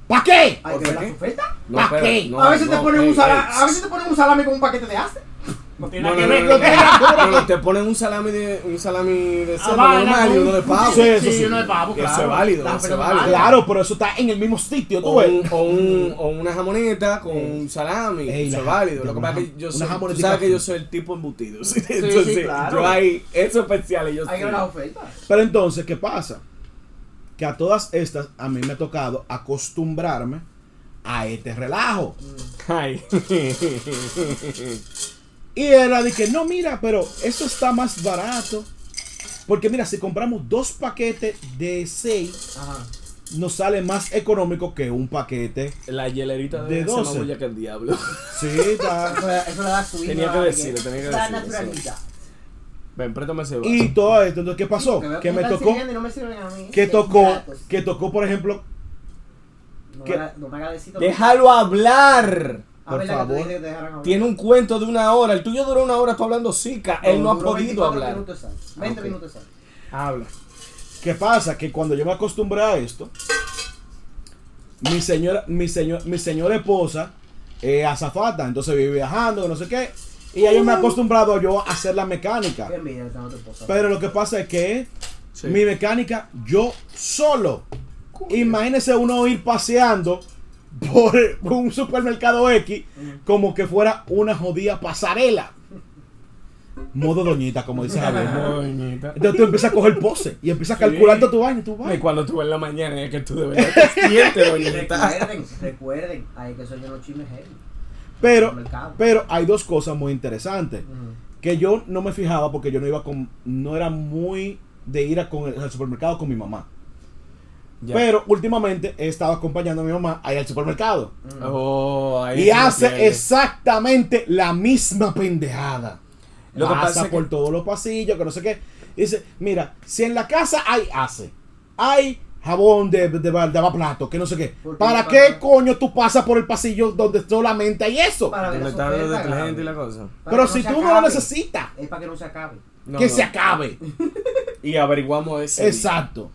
¿Para qué? Ay, ¿Por ¿ves qué? las ofertas? No, ¿Pa' espera, qué? no, a veces te no, ponen ey, un salami, ey. a veces te ponen un salami con un paquete de ace. No tiene No, nada no, que no, no, ver. con- no, no, no, te ponen un salami de un salami de cerdo vaina, normal y con- uno de pavo. Sí, eso sí. uno de pavo, Que claro. eso es válido, Las eso es ofertas válido. normales. Claro, pero eso está en el mismo sitio, tú O, ves. un- o, un- o una jamoneta con un salami, Ey, eso la es ja- válido. Lo que una pasa es jam- que yo una soy, tú jamonetita sabes que yo frita. soy el tipo embutido. ¿sí? Entonces, claro. yo ahí, eso especial y yo Hay sí. unas ofertas. Pero entonces, ¿qué pasa? Que a todas estas, a mí me ha tocado acostumbrarme a este relajo. Mm, Ay. Y era de que, no, mira, pero eso está más barato. Porque mira, si compramos dos paquetes de seis, Ajá. nos sale más económico que un paquete. La hielerita De de, esa 12. mamulla que el diablo. Sí, Eso, está. le- eso le da su Tenía que decirlo, tenía que La decirlo, naturalidad. Ven, préstame ese vaso. Y todo esto, entonces, ¿qué pasó? Porque veo Que me están tocó, sirviendo y no me sirven a mí. que Estos tocó, platos. que tocó, por ejemplo, No que- me haga- No me haga decir. ¡Déjalo hablar! Ah, por verdad que favor. te dije que te dejaran hablar. Tiene un cuento de una hora. El tuyo duró una hora tú hablando zica. Él no ha Duró podido 24 hablar. minutos exactos, 20 Ah, ok. minutos exactos. Habla. ¿Qué pasa? Que cuando yo me acostumbré a esto, mi señora, mi señor, mi señora esposa eh, azafata, entonces vive viajando, no sé qué. Y ya yo me he acostumbrado yo a hacer la mecánica. Qué envidia que tengo a tu esposa. Pero lo que pasa es que Sí. mi mecánica yo solo. Imagínese uno ir paseando por por un supermercado X como que fuera una jodida pasarela. Modo doñita, como dice Javier. Moñita. Entonces tú empiezas a coger pose y empiezas a calcular todo tu baño, tu Y baño. cuando tú ves la mañana es que tú de verdad te sientes, doñita. Recuerden, recuerden, hay que soñar los chismes heavy. Pero, Mercado. pero hay dos cosas muy interesantes Ujú. que yo no me fijaba porque yo no iba con, no era muy de ir a con el- al supermercado con mi mamá. Ya. Pero últimamente he estado acompañando a mi mamá ahí al supermercado. Oh, ahí Y tú lo hace tienes. exactamente la misma pendejada. Lo que Pasa pasa es por que- todos los pasillos, que no sé qué. Dice, mira, si en la casa hay hace, hay jabón de, de, de lavaplatos, que no sé qué. ¿Por qué ¿Para no qué pasa? coño tú pasas por el pasillo donde solamente hay eso? Para ver ¿Dónde las están los ofertas, detergentes y la Gabriel. cosa? Para Pero que si se tú no lo acabe. necesitas, Es para que no se acabe. No, que no. se acabe. Y averiguamos eso. Exacto.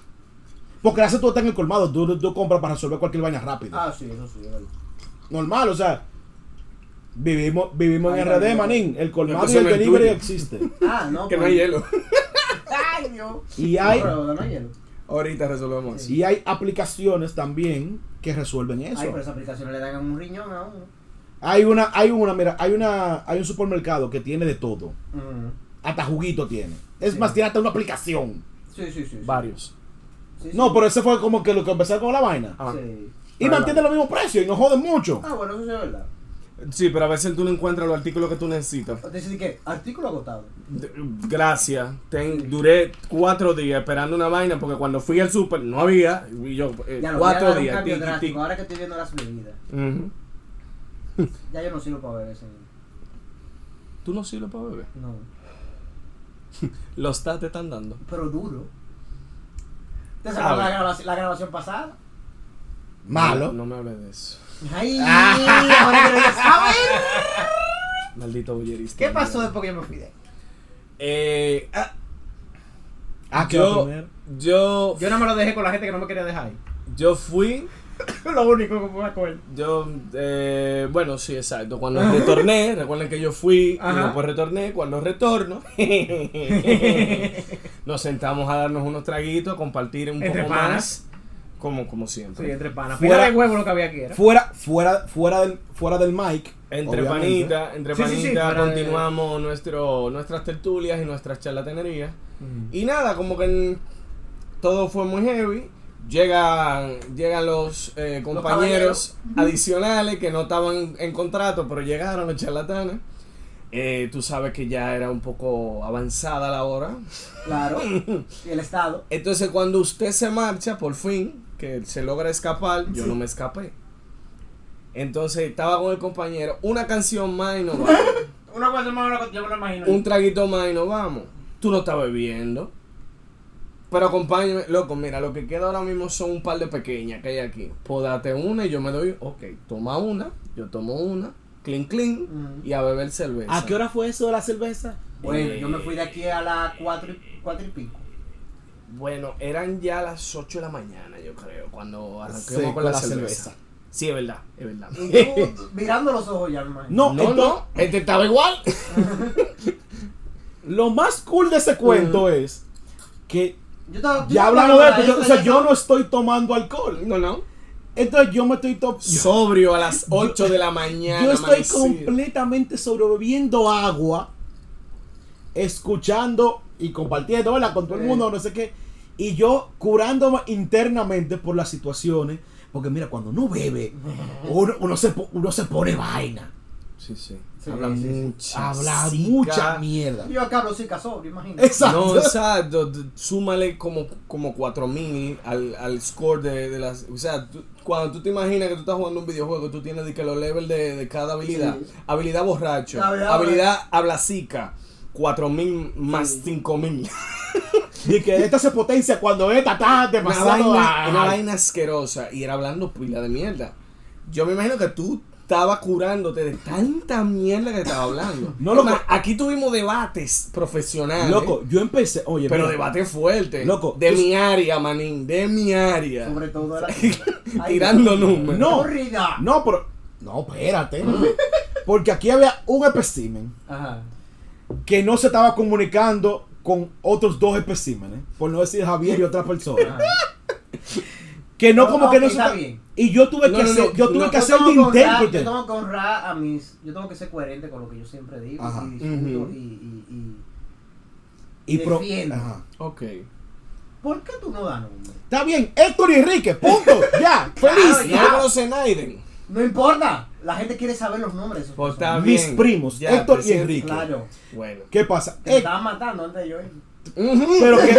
Porque hace todo está en el colmado. Tú, tú- tú compras para resolver cualquier vaina rápido. Ah, sí, eso sí, es verdad. Normal, o sea. Vivimos, vivimos Ahí en está RD, bien. manín. El colmado y Entonces el no es delivery tuyo. existe. Ah, no. Que no pues. hay hielo. Ay, Dios. Y hay, No, pero no hay hielo. Ahorita resolvemos eso. y hay aplicaciones también que resuelven Ay, pero eso. esas aplicaciones le dan un riñón a uno. Hay una, hay una, mira, hay una, hay un supermercado que tiene de todo. Ujú. Hasta juguito tiene. Es Sí. más, tiene hasta una aplicación. Sí, sí, sí. sí. Varios. Sí, sí. No, pues, pero ese fue como que lo que empezó con la vaina. Ah. Sí. Y mantiene los mismos precios y no joden mucho. Ah, bueno, eso sí es verdad. Sí, pero a veces tú no encuentras los artículos que tú necesitas. Decir que artículo agotado. D- Gracias. Ten- duré cuatro días esperando una vaina porque cuando fui al super no había. Y yo, eh, Ya lo voy a cuatro dar un días. cambio tic, tic, drástico. tic. Ahora que estoy viendo las bebidas. Ujú. Ya yo no sirvo para beber eso. Tú no sirves para beber. No. Los tats te están dando. Pero duro. ¿Te Ah, sacaron la, bueno. grabación, la grabación pasada? Malo. No, no me hables de eso. ¡Ay! ahora quiero ya saber. Maldito bullerista. ¿Qué pasó después que yo me fui de ahí? Eh, ah, Ah, que va yo, primero. yo, Yo no me lo dejé con la gente que no me quería dejar ahí. yo fui. Lo único que puedo acordar. Yo, eh, bueno, sí, exacto. Cuando retorné, recuerden que yo fui y Ajá. después retorné. Cuando retorno, nos sentamos a darnos unos traguitos, a compartir un Entre poco panas. más. Como, como Sí, siempre. entre panas. Fuera- Fuera de huevo lo que había aquí era. Fuera, fuera, fuera del, fuera del mic. Entre obviamente. panita, entre Sí, sí, panita, sí, para- continuamos nuestro, nuestras tertulias y nuestras charlatanerías. Y nada, como que en- todo fue muy heavy. Llegan, llegan los eh, compañeros adicionales que no estaban en contrato, pero llegaron los charlatanes. Eh, tú sabes que ya era un poco avanzada la hora. Claro. Y el Estado. Entonces cuando usted se marcha, por fin, que se logra escapar, yo no me escapé. Entonces estaba con el compañero, una canción más y no vamos. Una cosa más ahora yo me lo imagino. un traguito más y no vamos. Tú no estás bebiendo. Pero acompáñame, loco, mira, lo que queda ahora mismo son un par de pequeñas que hay aquí. Podate una y yo me doy, ok, toma una, yo tomo una, clean, clean, Mm. Ujú. y a beber cerveza. ¿A qué hora fue eso de la cerveza? Bueno, Eh. yo me fui de aquí a las 4 y, cuatro y pico. Bueno, eran ya las 8 de la mañana, yo creo, cuando arrancamos Sí, con, con la, la cerveza. cerveza. Sí, es verdad, es verdad. Y tú, mirando los ojos ya, me imagino. No, No, entonces- no, este estaba igual. Lo más cool de ese cuento es que Yo estaba. yo ya estaba hablando de esto, para yo- o sea, yo estaba- no estoy tomando alcohol. No, no. Entonces yo me estoy to- Sobrio a las 8 de la mañana. Yo estoy amanecido. completamente sobreviviendo agua, escuchando y compartiendo, ¿verdad? Con todo el Sí. mundo, no sé qué. Y yo curándome internamente por las situaciones, Porque mira, cuando uno bebe, uno, uno se, po- uno se pone vaina. Sí, sí. Sí, Habla sí, sí. mucha Habla cica. mucha mierda. Yo acá lo soy sobrio, imagínate. Exacto. No, exacto. d- Súmale como, como 4000 al, al score de, de las. O sea, tú- cuando tú te imaginas que tú estás jugando un videojuego, tú tienes de que los levels de, de cada habilidad: Sí. habilidad borracho, La verdad, habilidad hablacica, 4000 más 5000. Y que esta se potencia cuando esta está Una demasiado. vaina, una ah, vaina asquerosa. Y era hablando pila de mierda. Yo me imagino que tú estabas curándote de tanta mierda que estaba hablando. No, loco. Es más, aquí tuvimos debates profesionales. Loco, yo empecé. Oye, ¿eh? Pero mira, debate fuerte. Loco, De tú- mi área, manín. De mi área. Sobre todo la. Tirando números. No. Corrida. No, pero. No, espérate. Porque aquí había un espécimen Ajá. que no se estaba comunicando con otros dos especímenes, por no decir Javier y otra persona. Ajá. Que no, No, como que no ok, se está ta- bien. Y yo tuve No, que no, hacer, no, yo tuve no, que Yo hacer de tengo que honrar- intérprete. Yo tengo que honrar a mis. Yo tengo que ser coherente con lo que yo siempre digo. Ajá. Y discuto Ujú. y, y, y- Y pro- defiendo. Ajá. Ok. ¿Por qué tú no das nombre? Está bien, Héctor y Enrique, punto. ya, feliz. Claro, ¿No Ya. conocen a Aiden? No importa. La gente quiere saber los nombres. de esas Pues personas. está Mis bien. primos, Ya, Héctor y presente. Enrique. Claro. Bueno. ¿Qué pasa? Te Eh, estaban matando antes de yo. ir. Ujú. pero, que,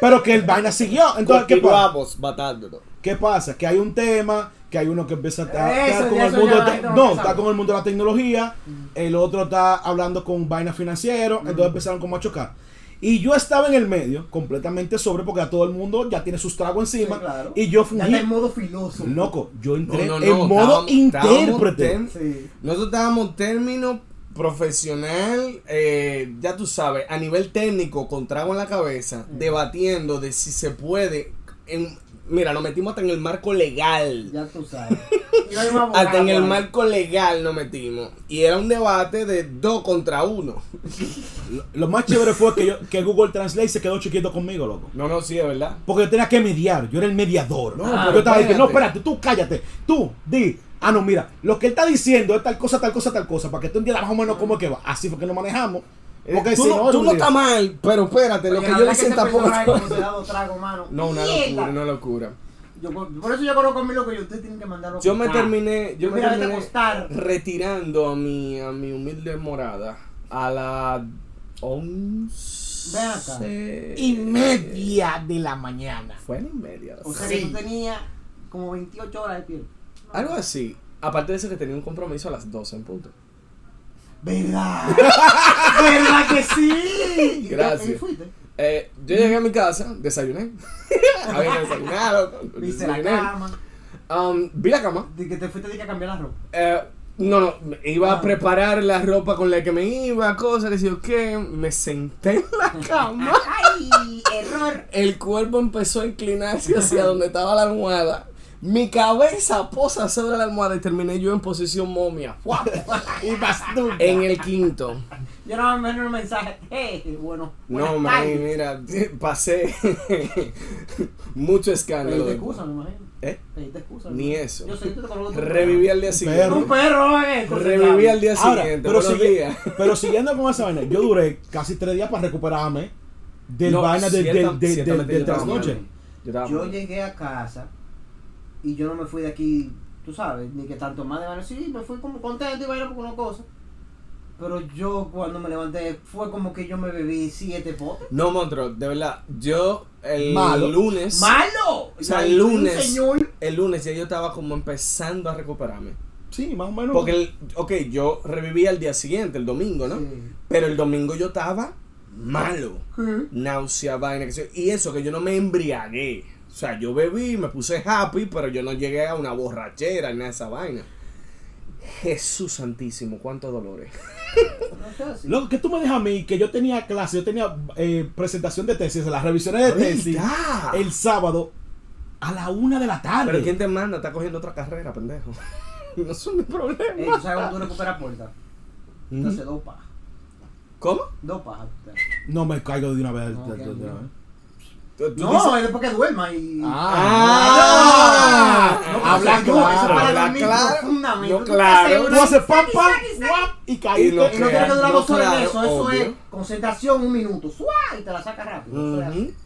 pero que el vaina siguió. Entonces, ¿qué pasa? Continuamos matándolo. ¿Qué pasa? Que hay un tema, que hay uno que empieza a estar Eso, está con ya, el eso mundo ya de- la gente no Mm. no, sabe. está con el mundo de la tecnología, el otro está hablando con vainas financieras, Mm. entonces empezaron como a chocar. Y yo estaba en el medio, completamente sobre, porque a todo el mundo ya tiene sus tragos encima. Sí, claro. Y yo Ya fungí. está en modo filoso. Loco, yo entré No, no, en no, modo estábamos- intérprete. estábamos Sí. Nosotros estábamos término profesional, eh, ya tú sabes, a nivel técnico, con trago en la cabeza, Mm. debatiendo de si se puede. en- mira, nos metimos hasta en el marco legal. Ya tú sabes. Y no hay más Hasta en el abogado ahí. marco legal nos metimos. Y era un debate de dos contra uno. Lo- Lo más chévere fue que, yo, que Google Translate se quedó chiquito conmigo, loco. No, no, sí, es verdad. Porque yo tenía que mediar, yo era el mediador. No, Ah, pero yo estaba espérate. diciendo, no, espérate, tú cállate, tú di. Ah, no, mira, lo que él está diciendo es tal cosa, tal cosa, tal cosa, para que tú entiendas más o menos cómo es que va. Así fue que nos manejamos. Porque Eh, tú si no, no, tú era no un lío. estás mal, pero espérate, Oye, lo que la yo verdad hice ese tampoco. personaje como se ha dado trago, mano. No, una Mierda. locura, una locura. Yo, por- por eso yo conozco a mí lo que ustedes tienen que mandarlo. Yo me terminé, yo me Mira, vete a terminé acostar. retirando a mi, a mi humilde morada a las Ven acá. once Y media de la mañana. Fue a las y media. O sea que sí. tú tenías como 28 horas de piel. Algo así. Aparte de eso que tenía un compromiso a las 12 en punto. ¿Verdad? ¿Verdad que sí? Gracias. ¿Y fuiste? Eh, yo llegué a mi casa, desayuné. Había desayunado. Viste la desayuné. cama. Um, vi la cama. De que te fuiste de que a cambiar la ropa. Eh, no, no, iba a Ah. preparar la ropa con la que me iba, cosas, que sé yo qué. Me senté en la cama. ¡Ay! ¡Error! El cuerpo empezó a inclinarse hacia donde estaba la almohada. Mi cabeza posa sobre la almohada y terminé yo en posición momia. ¡Guau! Y más nunca. En el quinto. Yo no me mandé un mensaje. ¡Hey! Bueno. No, man, me mira, pasé mucho escándalo. Pediste excusa, me imagino. ¿Eh? Pediste excusa. Ni ¿no? eso. Yo sé que tú te colocas tu Reviví al día Perro. siguiente. Un perro, eh. Reviví al día Ahora, siguiente. pero, buenos sigue- días. pero siguiendo con esa vaina, yo duré casi tres días para recuperarme del No, vaina del, del, cierta- del- del- ciertamente del yo estaba trasnoche. mal. Yo estaba Yo mal. llegué a casa y yo no me fui de aquí, tú sabes, ni que tanto más de mano. Sí, me fui como contento y vaina por una cosa. Pero yo cuando me levanté fue como que yo me bebí siete potes. No, monstruo, de verdad. Yo el Malo. lunes. ¡Malo! O sea, Ay, el lunes. Señor. El lunes ya yo estaba como empezando a recuperarme. Sí, más o menos. Porque, el, ok, yo reviví al día siguiente, el domingo, ¿no? Sí. Pero el domingo yo estaba malo. Sí. Náusea, vaina, que sé. Y eso, que yo no me embriagué. O sea, yo bebí, me puse happy, pero yo no llegué a una borrachera ni nada de esa vaina. Jesús Santísimo, cuántos dolores. No sé así. Loco, que tú me dejas a mí, que yo tenía clase, yo tenía eh, presentación de tesis, las revisiones de tesis, ¡Ahorita! el sábado a la una de la tarde. Ah. Pero ¿quién te manda? Está cogiendo otra carrera, pendejo. No son mi Eh, problema. ¿Tú sabes cuando tú recuperas puerta? Entonces dos pajas. ¿Cómo? Dos pajas. No me caigo de una vez. No, de- de- que- de una vez. ¿Tú- tú dices- No, es después que duerma y... Ah. Ah. No, Habla eso es para- eso es para claro. Habla dormir claro. profundamente. No, Tú te claro. haces una- Tú haces papá y Y lo caíste. Y no tiene que durar No, dos horas en claro, eso, eso obvio. es concentración un minuto, ¡suá! y te la sacas rápido. eso es así. Ujú. Ah,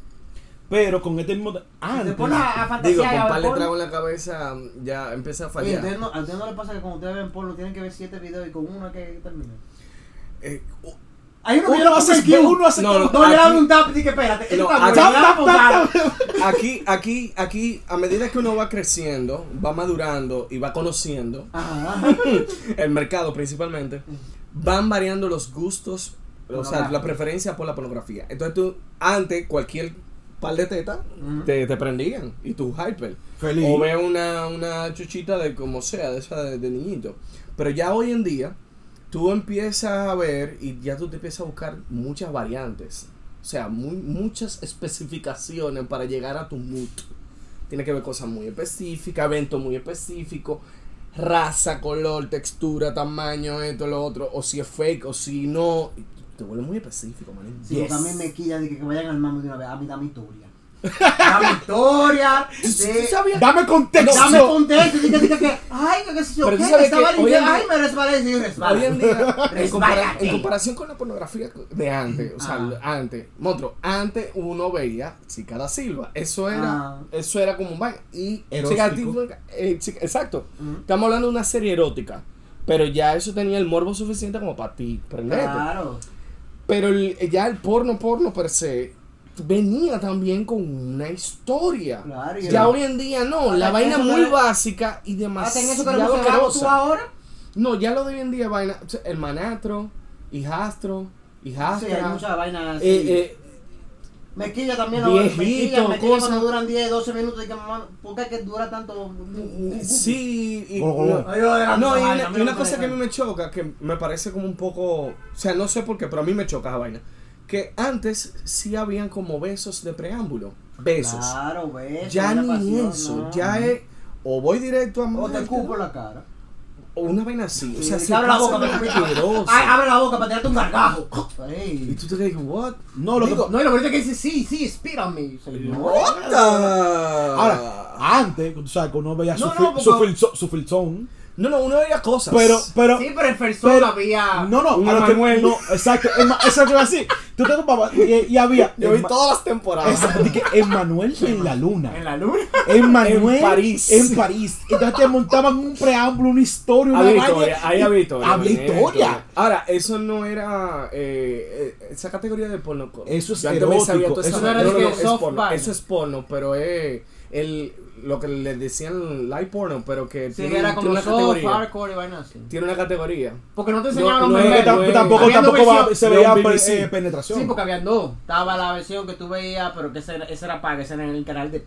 Pero con este mismo. Antes. Te pones a, a fantasear Digo, y a con ver par de porno. trago en la cabeza mm, ya empieza a Oye, fallar. ¿ustedes no, ¿A ustedes no les pasa que cuando ustedes ven porno tienen que ver siete videos y con uno hay que terminar? Eh, oh, Hay uno que Uno hace que uno hace No, no. No le dan Aquí- un tap y que espérate. No, ah, Esto está aquí- bueno, le damos tap, tap. aquí, aquí, aquí, a medida que uno va creciendo, va madurando y va conociendo Ajá. el mercado principalmente, van variando los gustos, o sea, la preferencia por la pornografía. Entonces tú, antes, cualquier par de tetas te, te prendían y tú hyper. Feliz. O ve una, una chuchita de como sea, de esa de, de niñito. Pero ya hoy en día, tú empiezas a ver y ya tú te empiezas a buscar muchas variantes. O sea, muy, muchas especificaciones para llegar a tu mood. Tiene que ver cosas muy específicas, eventos muy específicos, raza, color, textura, tamaño, esto, lo otro. O si es fake o si no. Te vuelve muy específico, man. Sí, porque a mí me quilla de que, que vayan al mamo de una vez. A mí dame historia. Dame historia. de- sabías? Dame contexto. Dame contexto. Dije, dije que, ay, que qué sé yo, Pero tú qué, que sabes que estaba hoy en limpiando. día- Ay, me resbalé. Sí, Hoy en resbalé. día, en, compara- Resbálate. en comparación con la pornografía de antes, o sea, Ah. antes, monstruo, antes uno veía chica da Silva, eso era, Ah. eso era como un baile. Y Erótico. Chica da Silva, eh, chica- exacto, Ujú. estamos hablando de una serie erótica, pero ya eso tenía el morbo suficiente como para ti, prenderte. Claro. Pero el- ya el porno, porno per se, venía también con una historia. Claro, y ya era- hoy en día no, la Hasta vaina en eso muy que- básica y Hasta Ah, en demasiado eso que no se va tú asquerosa. ahora. No, ya lo de hoy en día, vaina, o sea, hermanastro, hijastro, Sí, hay hijastra, muchas vainas. eh, sí. eh, Me quilla también la me quilla, Viejito, me quilla cuando cosa. duran 10, 12 minutos. Y que, mamá, ¿Por qué es que dura tanto? Mm, Mm, sí, y, Go, go, go. Ay, yo adelanto no, y esa una, vaina, y me una gusta cosa esa que a mí vaina. me choca, que me parece como un poco, o sea, no sé por qué, pero a mí me choca esa vaina, que antes sí habían como besos de preámbulo, besos, Claro, besos. ya la ni pasión, eso, no. ya es, o voy directo a O te mamarte, escupo en la cara. o una vaina así, o Sí, Eh, sea, te se abre la pasa boca para de Ay, asqueroso. abre la boca para tirarte un gargajo. y Ey. tú te quedas, what? No, lo Digo, que. no, y lo bonito es que dice, sí, sí, espírame. Señor. What the- Ahora, antes, tú sabes que uno veía su, No, fil- no, porque- su, filzo- su filzón. no, no, uno veía cosas. Pero, pero. Sí, pero en Fersón Pero- ah, había. No, no, Un a lo que- Emanuel. no, exacto, Emma- eso es así. Tú te topabas y, y había. Yo vi Emma- todas las temporadas. Exacto, dije, Emmanuel en la En luna. la luna. Emmanuel En París. En París. Entonces te montaban un preámbulo, una historia, una Había vaina, historia, ahí y- había historia. había venía historia. Ahora, eso no era eh, eh, esa categoría de porno. Eso es Yo antes me sabía erótico, toda esa eso no era vaina. de que es soft porno. porn. Eso es porno, pero es el, lo que le decían live porno, pero que Sí, que era un- como una soft, categoría. hardcore y vainas así. Tiene una categoría. Porque no te No, enseñaban no los es Que que primeros. güey. tam- tampoco, Había tampoco dos va- se veía versión- pe- BBC. eh, penetración. Sí, porque habían dos. Estaba la versión que tú veías, pero que esa era, esa era paga, esa era en el canal de.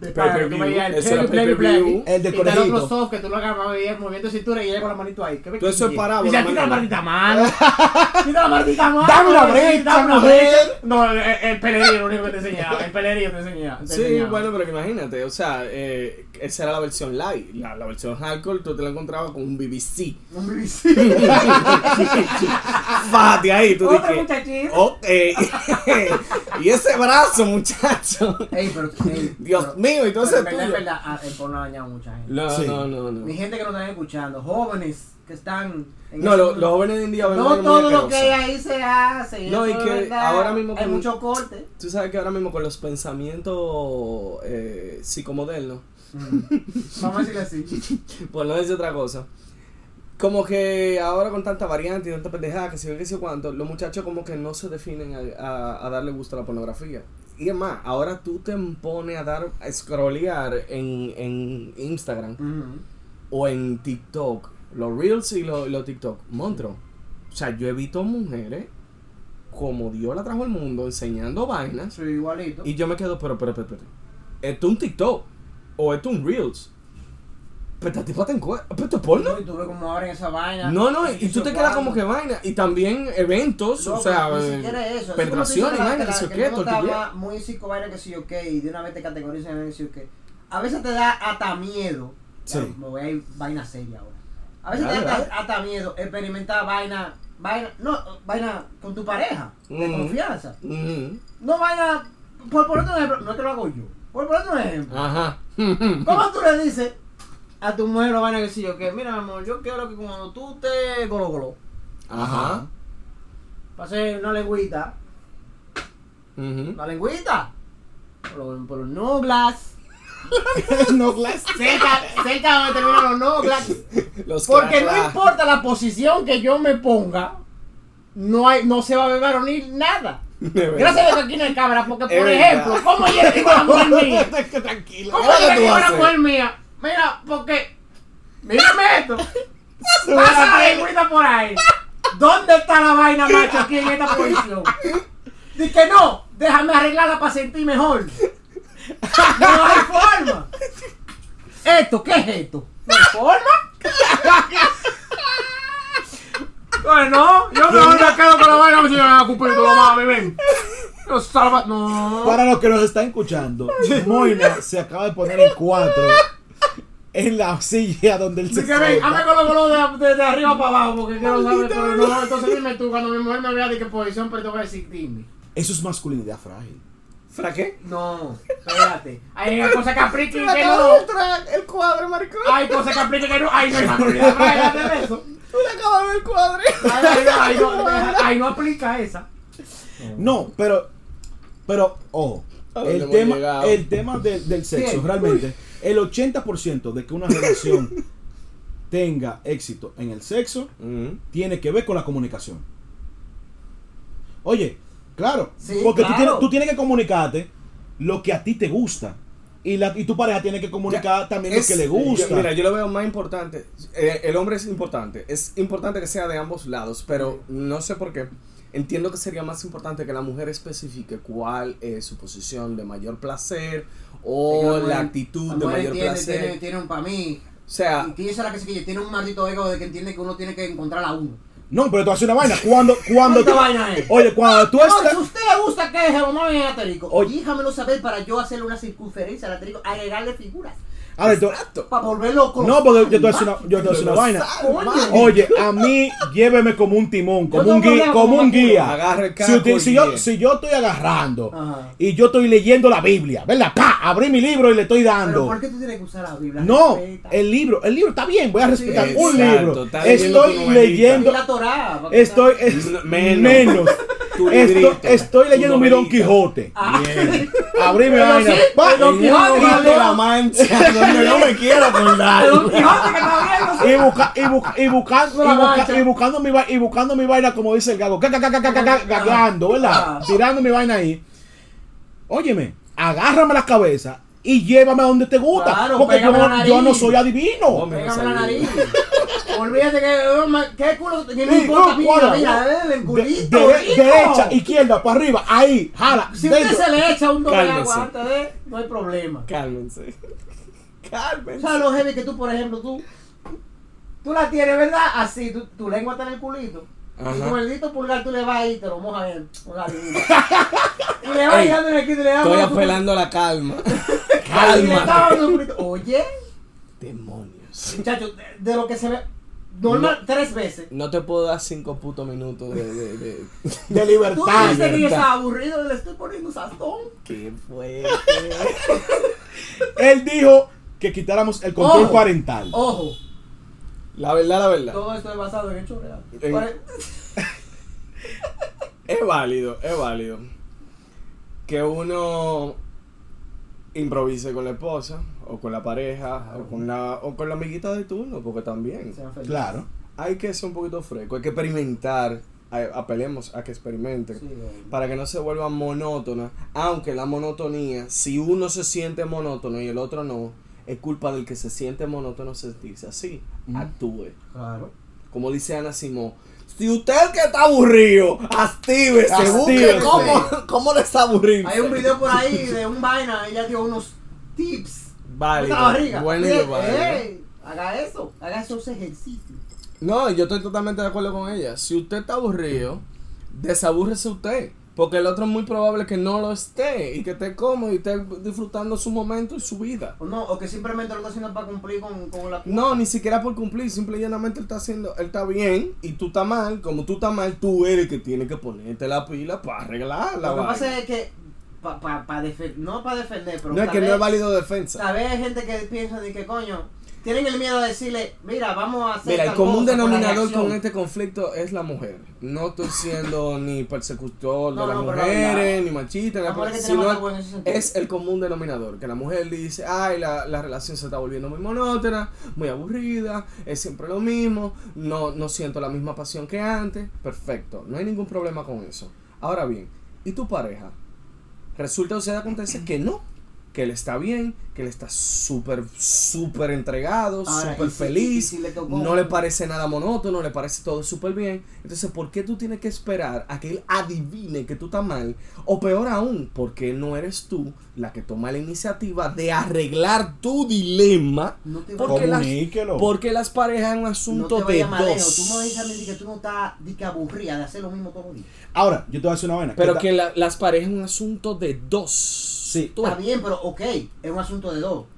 de paga, que tú Pay-per-view, veías ese era Play, Play, pay-per-view. Play. El del Y estaba conejito. otro soft que tú lo agarrabas y el movimiento de cintura y ella con la manito ahí. ¿Qué me Todo eso es quille? parábola, Y decía, quita la mano. maldita mano. Quita la maldita mano. Dame una sí, brecha, dame una mujer. brecha. No, el, el pelerío era lo único que te enseñaba. El pelerío te enseñaba. te Sí, enseñaba. bueno, pero que imagínate, o sea, eh, esa era la versión live. La, la versión hardcore tú te la encontrabas con un BBC. Hombre, sí. Ah. Fájate ahí, tú Otro dices. muchachito. Ok. y ese brazo, muchacho. Ey, pero. ey, Dios pero- mío, y todo ese pero en verdad, en tuyo. verdad, ah, el porno ha dañado a mucha gente. No, Sí. no, no, no. Mi gente que nos están escuchando, jóvenes que están. en No, ese lo- mundo. los jóvenes de hoy en día ven No vaina muy todo lo que hay asquerosa. ahí se hace. No, y eso es que verdad. ahora mismo Hay con- mucho corte. Tú sabes que ahora mismo con los pensamientos eh, psicomodernos, Vamos a decirle así. por no decir otra cosa, como que ahora con tanta variante y tanta pendejada, que si yo, que si yo cuánto, los muchachos como que no se definen a, a- a darle gusto a la pornografía. Y es más, ahora tú te pones a dar, a scrollear en, en Instagram Ujú. o en TikTok, los Reels y los los TikTok, monstruo. O sea, yo he visto mujeres como Dios la trajo al mundo enseñando vainas Soy igualito. y yo me quedo, pero, pero, pero, pero, ¿esto es un TikTok? ¿O esto es un Reels? ¿Pero este esta tipa te encuer- ¿Pero esto es porno? Y tú ves como abren esa vaina. No, no, y tú te quedas como que vaina. Y también eventos, No, o sea, ni siquiera eh, eso. Así como tú dices penetraciones, que la- vaina, que que la- sé yo que qué, el mundo está tortilla. más- Muy psico vaina que sí yo qué, y de una vez te categorizan en el sí yo qué. A veces te da hasta miedo. Ya, Sí. me voy a ir vaina seria ahora. A veces Dale, te da dale. hasta, hasta miedo experimentar vaina, vaina, no, vaina con tu pareja, de Mm. confianza. Ujú, No vaina, por ponerte un ejemplo, no es que lo hago yo, por ponerte un ejemplo. Ajá. ¿Cómo tú le dices a tu mujer lo vaina que sí yo qué? Mira, mi amor, yo quiero que cuando tú te golo golo, Ajá. pase una lengüita, ujú. una lengüita. por los, por los noblas. no glass. Cerca, cerca donde terminan los noblas. Los Porque crack, no crack. importa la posición que yo me ponga, no, hay, no se va a ver varonil nada. De verdad. Gracias a Dios que aquí no hay cámara, porque Es por verdad. ejemplo, ¿cómo yo le digo a la mujer mía? Tranquilo. ¿Cómo ¿Ahora yo le tú digo a vas la a mujer mía? Mira, porque. Mírame esto. Pasa la lengüita por ahí. ¿Dónde está la vaina, macho, aquí en esta posición? Dice que no, déjame arreglarla para sentir mejor. No hay forma. ¿Esto qué es esto? ¿No hay forma? Bueno, yo mejor me quedo con la vaina que se llama Cupito, lo mami, ven. Yo salva. No. Para los que nos están escuchando, Moina se acaba de poner en cuatro en la silla donde él se Dice que ven, sienta. hazme con los bolos de, de, de arriba para abajo, porque quiero saber, pero no, entonces dime tú, cuando mi mujer me vea de qué posición, pero te voy a decir, dime. Eso es masculinidad frágil. ¿Fraqué? No, espérate. Hay cosas que apliquen que no. Acabo de traer el cuadro, maricón. Hay cosas que apliquen que no. Ay, no hay manualidad para adelante de eso. Tú le acabas de ver el cuadro. Ay, ay, no, ay, no, ay, no aplica esa. No, pero, pero, ojo, ¿A dónde el hemos tema, llegado? el tema de- del sexo, Bien. realmente, el 80% de que una relación tenga éxito en el sexo Mm. tiene que ver con la comunicación. Oye, claro, Sí, porque Tú, claro. tienes, tú tienes que comunicarte lo que a ti te gusta. Y, la, y tu pareja tiene que comunicar también lo Es- que le gusta. yo- mira, yo lo veo más importante. Eh, el hombre es importante. Es importante que sea de ambos lados, pero no sé por qué. Entiendo que sería más importante que la mujer especifique cuál es su posición de mayor placer o la actitud de mayor placer. un para mí. O Ah. sea, tiene esa la que se quille, tiene un maldito ego de que entiende que uno tiene que encontrar a uno. No, pero tú haces una vaina. Cuando, cuando ¿Cuánta tú- vaina es? Oye, cuando tú No, si estás. a usted le gusta que es mamá bien atérico, Pues Oye. díjamelo saber para yo hacerle una circunferencia al atérico, agregarle figuras, A ver, tú- exacto. para volverlo loco. No, porque yo te voy a hacer una, yo te voy a hacer una vaina. Oye, a mí lléveme como un timón, como tengo un guía, problema como con un Mateo. guía. Agarra el Si, caco usted- y si yo, guía. si yo estoy agarrando Ajá. y yo estoy leyendo la Biblia, ¿verdad? Pa, abrí mi libro y le estoy Pero dando. ¿por qué tú tienes que usar la Biblia? No, Respeta. el libro, el libro está bien, voy a respetar Sí. un Exacto, libro. está leyendo tu Estoy novelita. Y leyendo, la Torá. porque- estoy es- Menos. menos. Tu Estoy, librito, estoy tu leyendo mi Don novelita. Quijote. Ah. Bien. Abrí mi Pero vaina. sí, pa, el Don y- Quijote, y Juan todo- de la mancha, donde no me quiero acordar. Don Quijote que está viendo. y, busca- y, bu- y buscando La y, busca- mancha. y buscando mi vaina y buscando mi vaina como dice el gago ca- ca- ca- ca- ca- ca- ca- gagueando Ah. verdad tirando mi vaina ahí óyeme agárrame la cabeza y llévame a donde te gusta Claro, porque yo, pégame la no- yo no nariz. soy adivino Hombre. Pégame la nariz. Olvídate que. oh, ma- ¿Qué culo? Que no Sí, importa, no, mira, cuadra, mira, eh, el De- culito. dere- rico. derecha izquierda para arriba ahí jala Si usted dentro. se le echa un doble Cálmese. agua antes de. No hay problema. Cálmense. O Cálmense. sea, lo heavy que tú, por ejemplo, tú. Tú la tienes, ¿verdad? Así, tu, tu lengua está en el culito. Y Ajá. con el dito pulgar tú le vas ahí y te lo mojas bien. Una divina. y le vas Ey, dando en el quito y le das. Estoy dando tu- apelando a la calma. y le estaba Calma. dando un grito. Oye, Demonios. muchacho, de, de lo que se ve. Normal, tres veces. No te puedo dar cinco putos minutos de, de, de- de Tú libertad dijiste que yo verdad. estaba aburrido, le estoy poniendo sazón. ¿Qué fue? él dijo que quitáramos el control Ojo. parental Ojo, La verdad, la verdad. todo esto es basado en hechos reales. e- En- Pare- Es válido, es válido. Que uno improvise con la esposa, o con la pareja, o, con la, o con la amiguita de turno, porque también Sean felices. claro hay que ser un poquito fresco, hay que experimentar. a- Apelemos a que experimenten. Sí, oye. para que no se vuelva monótona. Aunque la monotonía, si uno se siente monótono y el otro no, es culpa del que se siente monótono sentirse así. Ujú. Actúe. Claro. Como dice Ana Simón. Si usted es el que está aburrido, actívese, busque Actívese. cómo, cómo le está aburrido. Hay un video por ahí de un vaina, ella dio unos tips. Válido, Otra barriga. eh. bueno y Dije, válido. "Ey, haga eso, haga esos ejercicios. No, yo estoy totalmente de acuerdo con ella. Si usted está aburrido, desabúrrese usted. Porque el otro es muy probable que no lo esté y que esté cómodo y esté disfrutando su momento y su vida. O no, o que simplemente lo está haciendo para cumplir con, con la. No, ni siquiera por cumplir, simple y llanamente él está haciendo, él está bien y tú estás mal, como tú estás mal, tú eres el que tiene que ponerte la pila para arreglar la lo que vaina. pasa es que. Pa, pa, pa defe- no para defender, pero. no es tal que no vez- es válido defensa. Tal vez hay gente que piensa de que coño, tienen el miedo de decirle, mira, vamos a hacer. Mira, el tal común cosa por la denominador reacción". con este conflicto es la mujer. No estoy siendo ni persecutor de No, las no, pero la mujeres, verdad. ni machista, La nada por mujer el- que tenemos sino está buena en ese sentido. es el común denominador. Que la mujer dice, ay, la, la relación se está volviendo muy monótona, muy aburrida, es siempre lo mismo, no, no siento la misma pasión que antes. Perfecto, no hay ningún problema con eso. Ahora bien, ¿y tu pareja? Resulta o sea, acontece que no. Que él está bien, que él está súper, súper entregado, Ahora, súper y si- feliz, y si le tocó- no le parece nada monótono, le parece todo súper bien. Entonces, ¿por qué tú tienes que esperar a que él adivine que tú estás mal? O peor aún, ¿por qué no eres tú la que toma la iniciativa de arreglar tu dilema? No te Porque las, Comuníquelo. porque las parejas es un asunto no te de vayas más lejos. Tú me dices a dos. mí di que tú no estás di que aburrida de hacer lo mismo todo el día. Ahora, yo te voy a decir una vaina. Pero ta- que la- las parejas es un asunto de dos. Sí. Tú- Está bien, pero ok, es un asunto de dos. Tú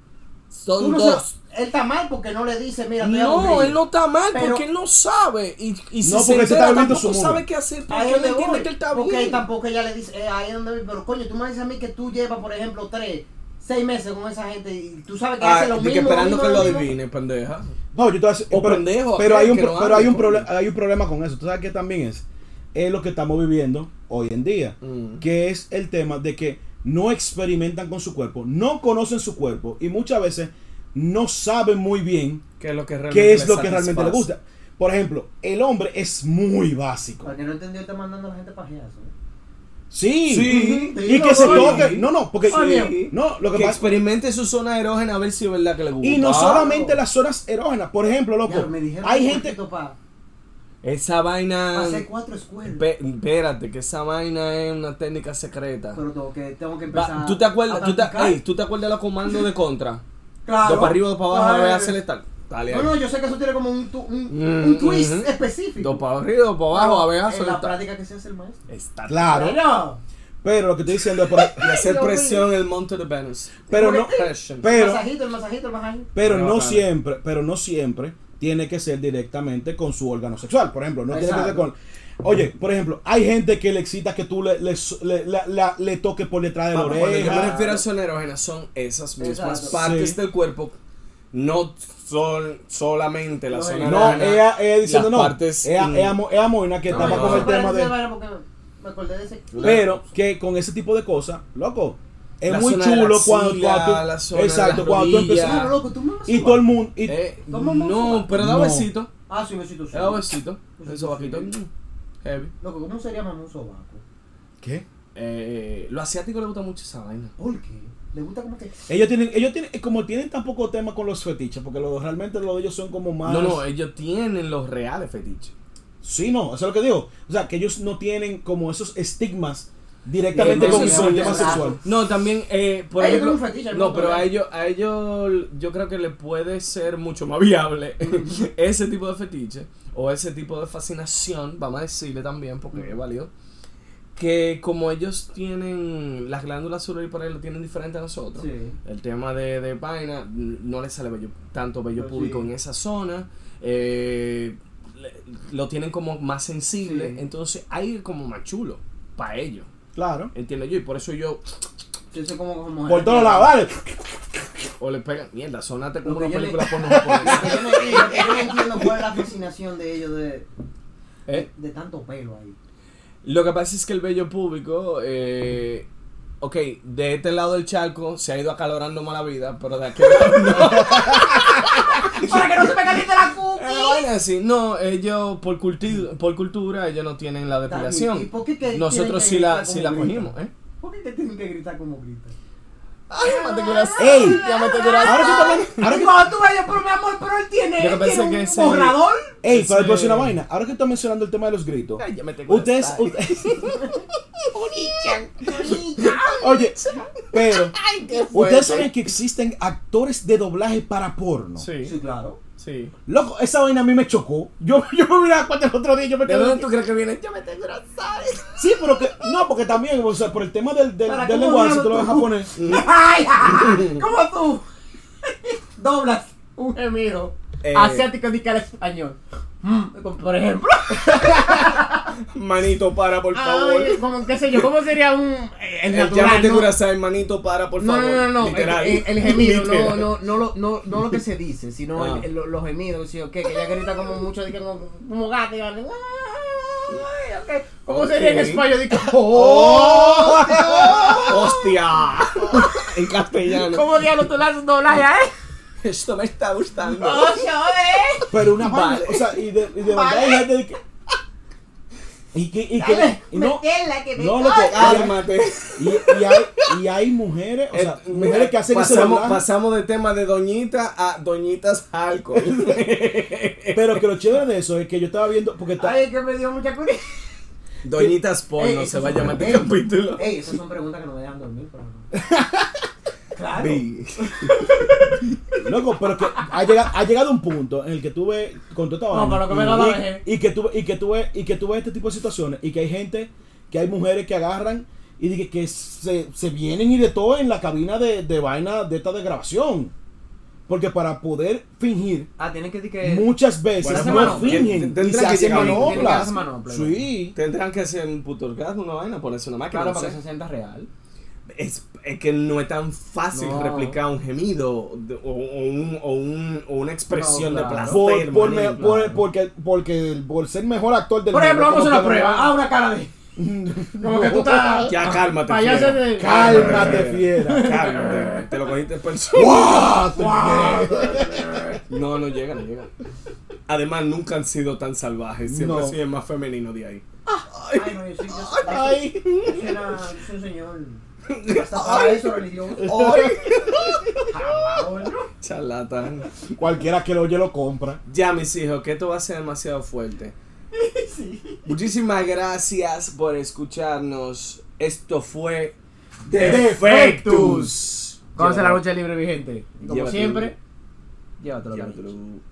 son no dos. sabes- él está mal porque no le dice, mira, estoy No, aburrido. él no está mal Pero- porque él no sabe. Y, y si No, se porque entera, se está volviendo tampoco su mundo. sabe qué hacer porque Ahí él donde entiende voy. que él está Porque bien. tampoco ella le dice, eh, ahí es donde voy, pero coño, tú me dices a mí que tú llevas, por ejemplo, tres, seis meses con esa gente y tú sabes que Ah, hace lo de mismo. que esperando mismo, que lo mismo. adivine, pendeja. No, yo te voy a decir. O pero, pendejo, pero aquel hay un, que pro- no pero hable, hay, un coño. proble- hay un problema con eso. Tú sabes que también es. Es lo que estamos viviendo hoy en día. Mm. Que es el tema de que no experimentan con su cuerpo, no conocen su cuerpo y muchas veces no saben muy bien ¿Qué es lo que realmente, qué es le lo que realmente le satisface? gusta. Por ejemplo, el hombre es muy básico. Para que no entendió, está mandando a la gente ¿eh? pajeazo. Sí. Sí. Ujú. Y que se Sí. toque. No, no, porque. Sí. No, lo que, Que pasa. experimente su zona erógena a ver si es verdad que le gusta. Y no Ah, solamente las zonas erógenas. Por ejemplo, loco. Ya, me dijeron Hay un gente. poquito pa- Esa vaina. pa' hacer cuatro escuelas. Pe- Espérate, que esa vaina es una técnica secreta. pero tengo que, tengo que Va, empezar. ¿Tú te acuerdas? a ¿Tú te, practicar. ey, ¿Tú te acuerdas de los comandos de contra? Claro. Dos para arriba, dos para abajo, Ay. a ver, hazle estar. Dale No, ahí. no, yo sé que eso tiene como un, tu- un, Mm, un twist ujú. específico. Dos para arriba, dos para abajo, a ver, Es hazle la estar. práctica que se hace el maestro. Está Claro. Pero, Pero lo que estoy diciendo es. por- Y hacer Dios mío. presión en el monte de Venus. Pero no. Presión. Pero. masajito, el masajito, el masajito. Pero Muy no bacano. siempre, pero no siempre tiene que ser directamente con su órgano sexual. Por ejemplo, no tiene que ser con. Exacto. Oye, por ejemplo, hay gente que le excita que tú le, le, le- la- la- le toques por detrás de la Vamos, cuando Cuando yo me oreja. refiero a zona erógena, son esas mismas Exacto. partes Sí. del cuerpo. No son solamente la No, zona No, erógena. ella, ella diciendo las no. partes ella, in- ella mo- ella Moina que No, estaba no, con no. el tema de. Porque me acordé de ese. Pero que con ese tipo de cosas, loco, es La muy zona de la chulo cuando, axila, cuando tú- la zona de exacto, las cuando tú rodillas. empiezas- Claro, loco, tú me vas a Y todo el mundo. Y, Eh, ¿Cómo vamos a no, jugar? pero da No. besito. Ah, sí, besito. sí. Da besito. Besito, Eso bajito. sí. mm, Heavy. Loco, ¿cómo sería mamá un sobaco? ¿Qué? Eh, lo asiático le gusta mucho esa vaina. ¿Por qué? ¿Le gusta como que.? Ellos tienen, ellos tienen, como tienen tan poco tema con los fetiches, porque los, realmente los de ellos son como más. No, no, ellos tienen los reales fetiches. Sí, no, eso es lo que digo. O sea, que ellos no tienen como esos estigmas directamente Eh, con, eso con el es tema verdad. sexual. No, también, eh, por ejemplo, Ellos tienen un fetiche, no, ¿no? pero a ellos, a ellos yo creo que le puede ser mucho más viable ese tipo de fetiche o ese tipo de fascinación, vamos a decirle también, porque es válido, que como ellos tienen las glándulas suroripares lo tienen diferente a nosotros. Sí. El tema de, de vaina, n- no le sale vello- tanto vello Pues público sí. en esa zona. eh, le- lo tienen como más sensible. Sí. Entonces, ahí es como más chulo para ellos. Claro. Entiendo yo, y por eso yo, Yo sé cómo como. Por todos lados, vale. o le pegan, mierda, sonate como Lo que una yo le- película porno japonesa. Yo no, entiendo, yo no entiendo cuál es la fascinación de ellos de, ¿Eh? de tanto pelo ahí. Lo que pasa es que el vello público, eh, ok, de este lado del charco se ha ido acalorando más la vida, pero de aquel lado ¡Para que no se me caliente la Eh, cookie! vaina así. No, ellos por, culti- por cultura, ellos no tienen la ¿Y depilación. por qué que tienen Nosotros que sí la, gritar sí la como grita? cogimos, ¿eh? ¿Por qué que tienen que gritar como gritan? Ay, mate corazón. Ey. Ya mate Ahora que corazón. estamos. Ahora Y que, cuando tú vayas por mi amor, pero él tiene, Yo él pensé tiene que un ese- borrador. ey, para Sí. la próxima vaina. Ahora que estás mencionando el tema de los gritos. Ay, ya mete corazón. Ustedes. Ay. ustedes- Oye, pero. Ustedes saben que existen actores de doblaje para porno. Sí, Sí, claro. sí. Loco, esa vaina a mí me chocó. Yo, yo me miraba cuenta el otro día y yo me ¿De quedé. dónde tú crees que viene? Ya mete Sí, pero que. No, porque también, o sea, por el tema del, del, ¿Para del cómo lenguaje, si diablo tú lo vas a tú? poner. ¡Ay! ¿Cómo tú? Doblas un gemido Eh. asiático de cara español. Mm, Por ejemplo. Manito, para, por favor. Ay, como, qué sé yo, ¿cómo sería un. eh, El, El natural, llama de ¿no? Curazao, manito, para, por No, favor. no, no, no, el, Literal. el- el gemido, no, Literal. no, no, lo, no, no lo que se dice, sino Ah. el- el- los gemidos, ¿sí? o qué? que ella grita como mucho, de que como, como gato, y van, "Ay, ok". ¿Cómo Ok. sería en español? Digo, ¡Oh! ¡Hostia! en castellano. ¿Cómo diablos tú le haces doblaje a él? Esto me está gustando. ¡Oh, joder! Pero una Vale. vaina, o sea, y de, y de verdad Vale. hay gente que... Y que... Y que y no, Metela, que me no, loco, corta. Cálmate. y, y hay, y hay mujeres, o sea, Eh, mujeres que hacen ese pasamos, doblaje, pasamos de tema de doñita a doñitas alcohol. pero que lo chévere de eso es que yo estaba viendo, porque está... Ay, que me dio mucha curiosidad. doñitas porno Eh, Ey, se eso va a son- llamar este ey, capítulo. Ey, esas son preguntas que no me dejan dormir, pero no. Claro. Vi. Loco, pero que ha llegado, ha llegado un punto en el que tú ves con toda esta No, vaina, pero que me lo y- dejé. y, que tú y que tú ves y que tú ves este tipo de situaciones y que hay gente, que hay mujeres que agarran y de que, que se, se vienen y de todo en la cabina de, de vaina de esta de grabación. Porque para poder fingir Ah, tienen que decir que. muchas veces Bueno, no bueno, fingen tendrán y se que hacen llegar ahí, tienen que manoplas. hacer manoplas. Sí. Tendrán que hacer un puto orgasmo, una vaina, ponerse una máquina. Claro, no para que sé. se sienta real. es, es que no es tan fácil No. replicar un gemido de- o, o un- o un- o una expresión No, claro. de placer. Por, por me- manito. por- porque, porque por ser mejor actor del Por ejemplo, mundo, vamos a como una que no- prueba. Ah, una cara de. Como que tú estás. Ah, Ya cálmate. Payaso fiera. de- Cálmate, fiera. Cálmate. Te lo cogiste en persona. ¡Guau! No, no llega, no llega. Además, nunca han sido tan salvajes. Siempre No. soy el más femenino de ahí. Ay, no, yo soy. Yo soy, Ay. yo soy una- yo soy un señor. Hasta para eso religioso. Jamás, ¿no? Charlatán. Cualquiera que lo oye lo compra. Ya, mis hijos, que esto va a ser demasiado fuerte. Muchísimas gracias por escucharnos. Esto fue Defectus. Defectus. Conoce la Llévatelo. lucha libre vigente. Y como Llévatelo. siempre, llévatelo. cariño. Llévatelo.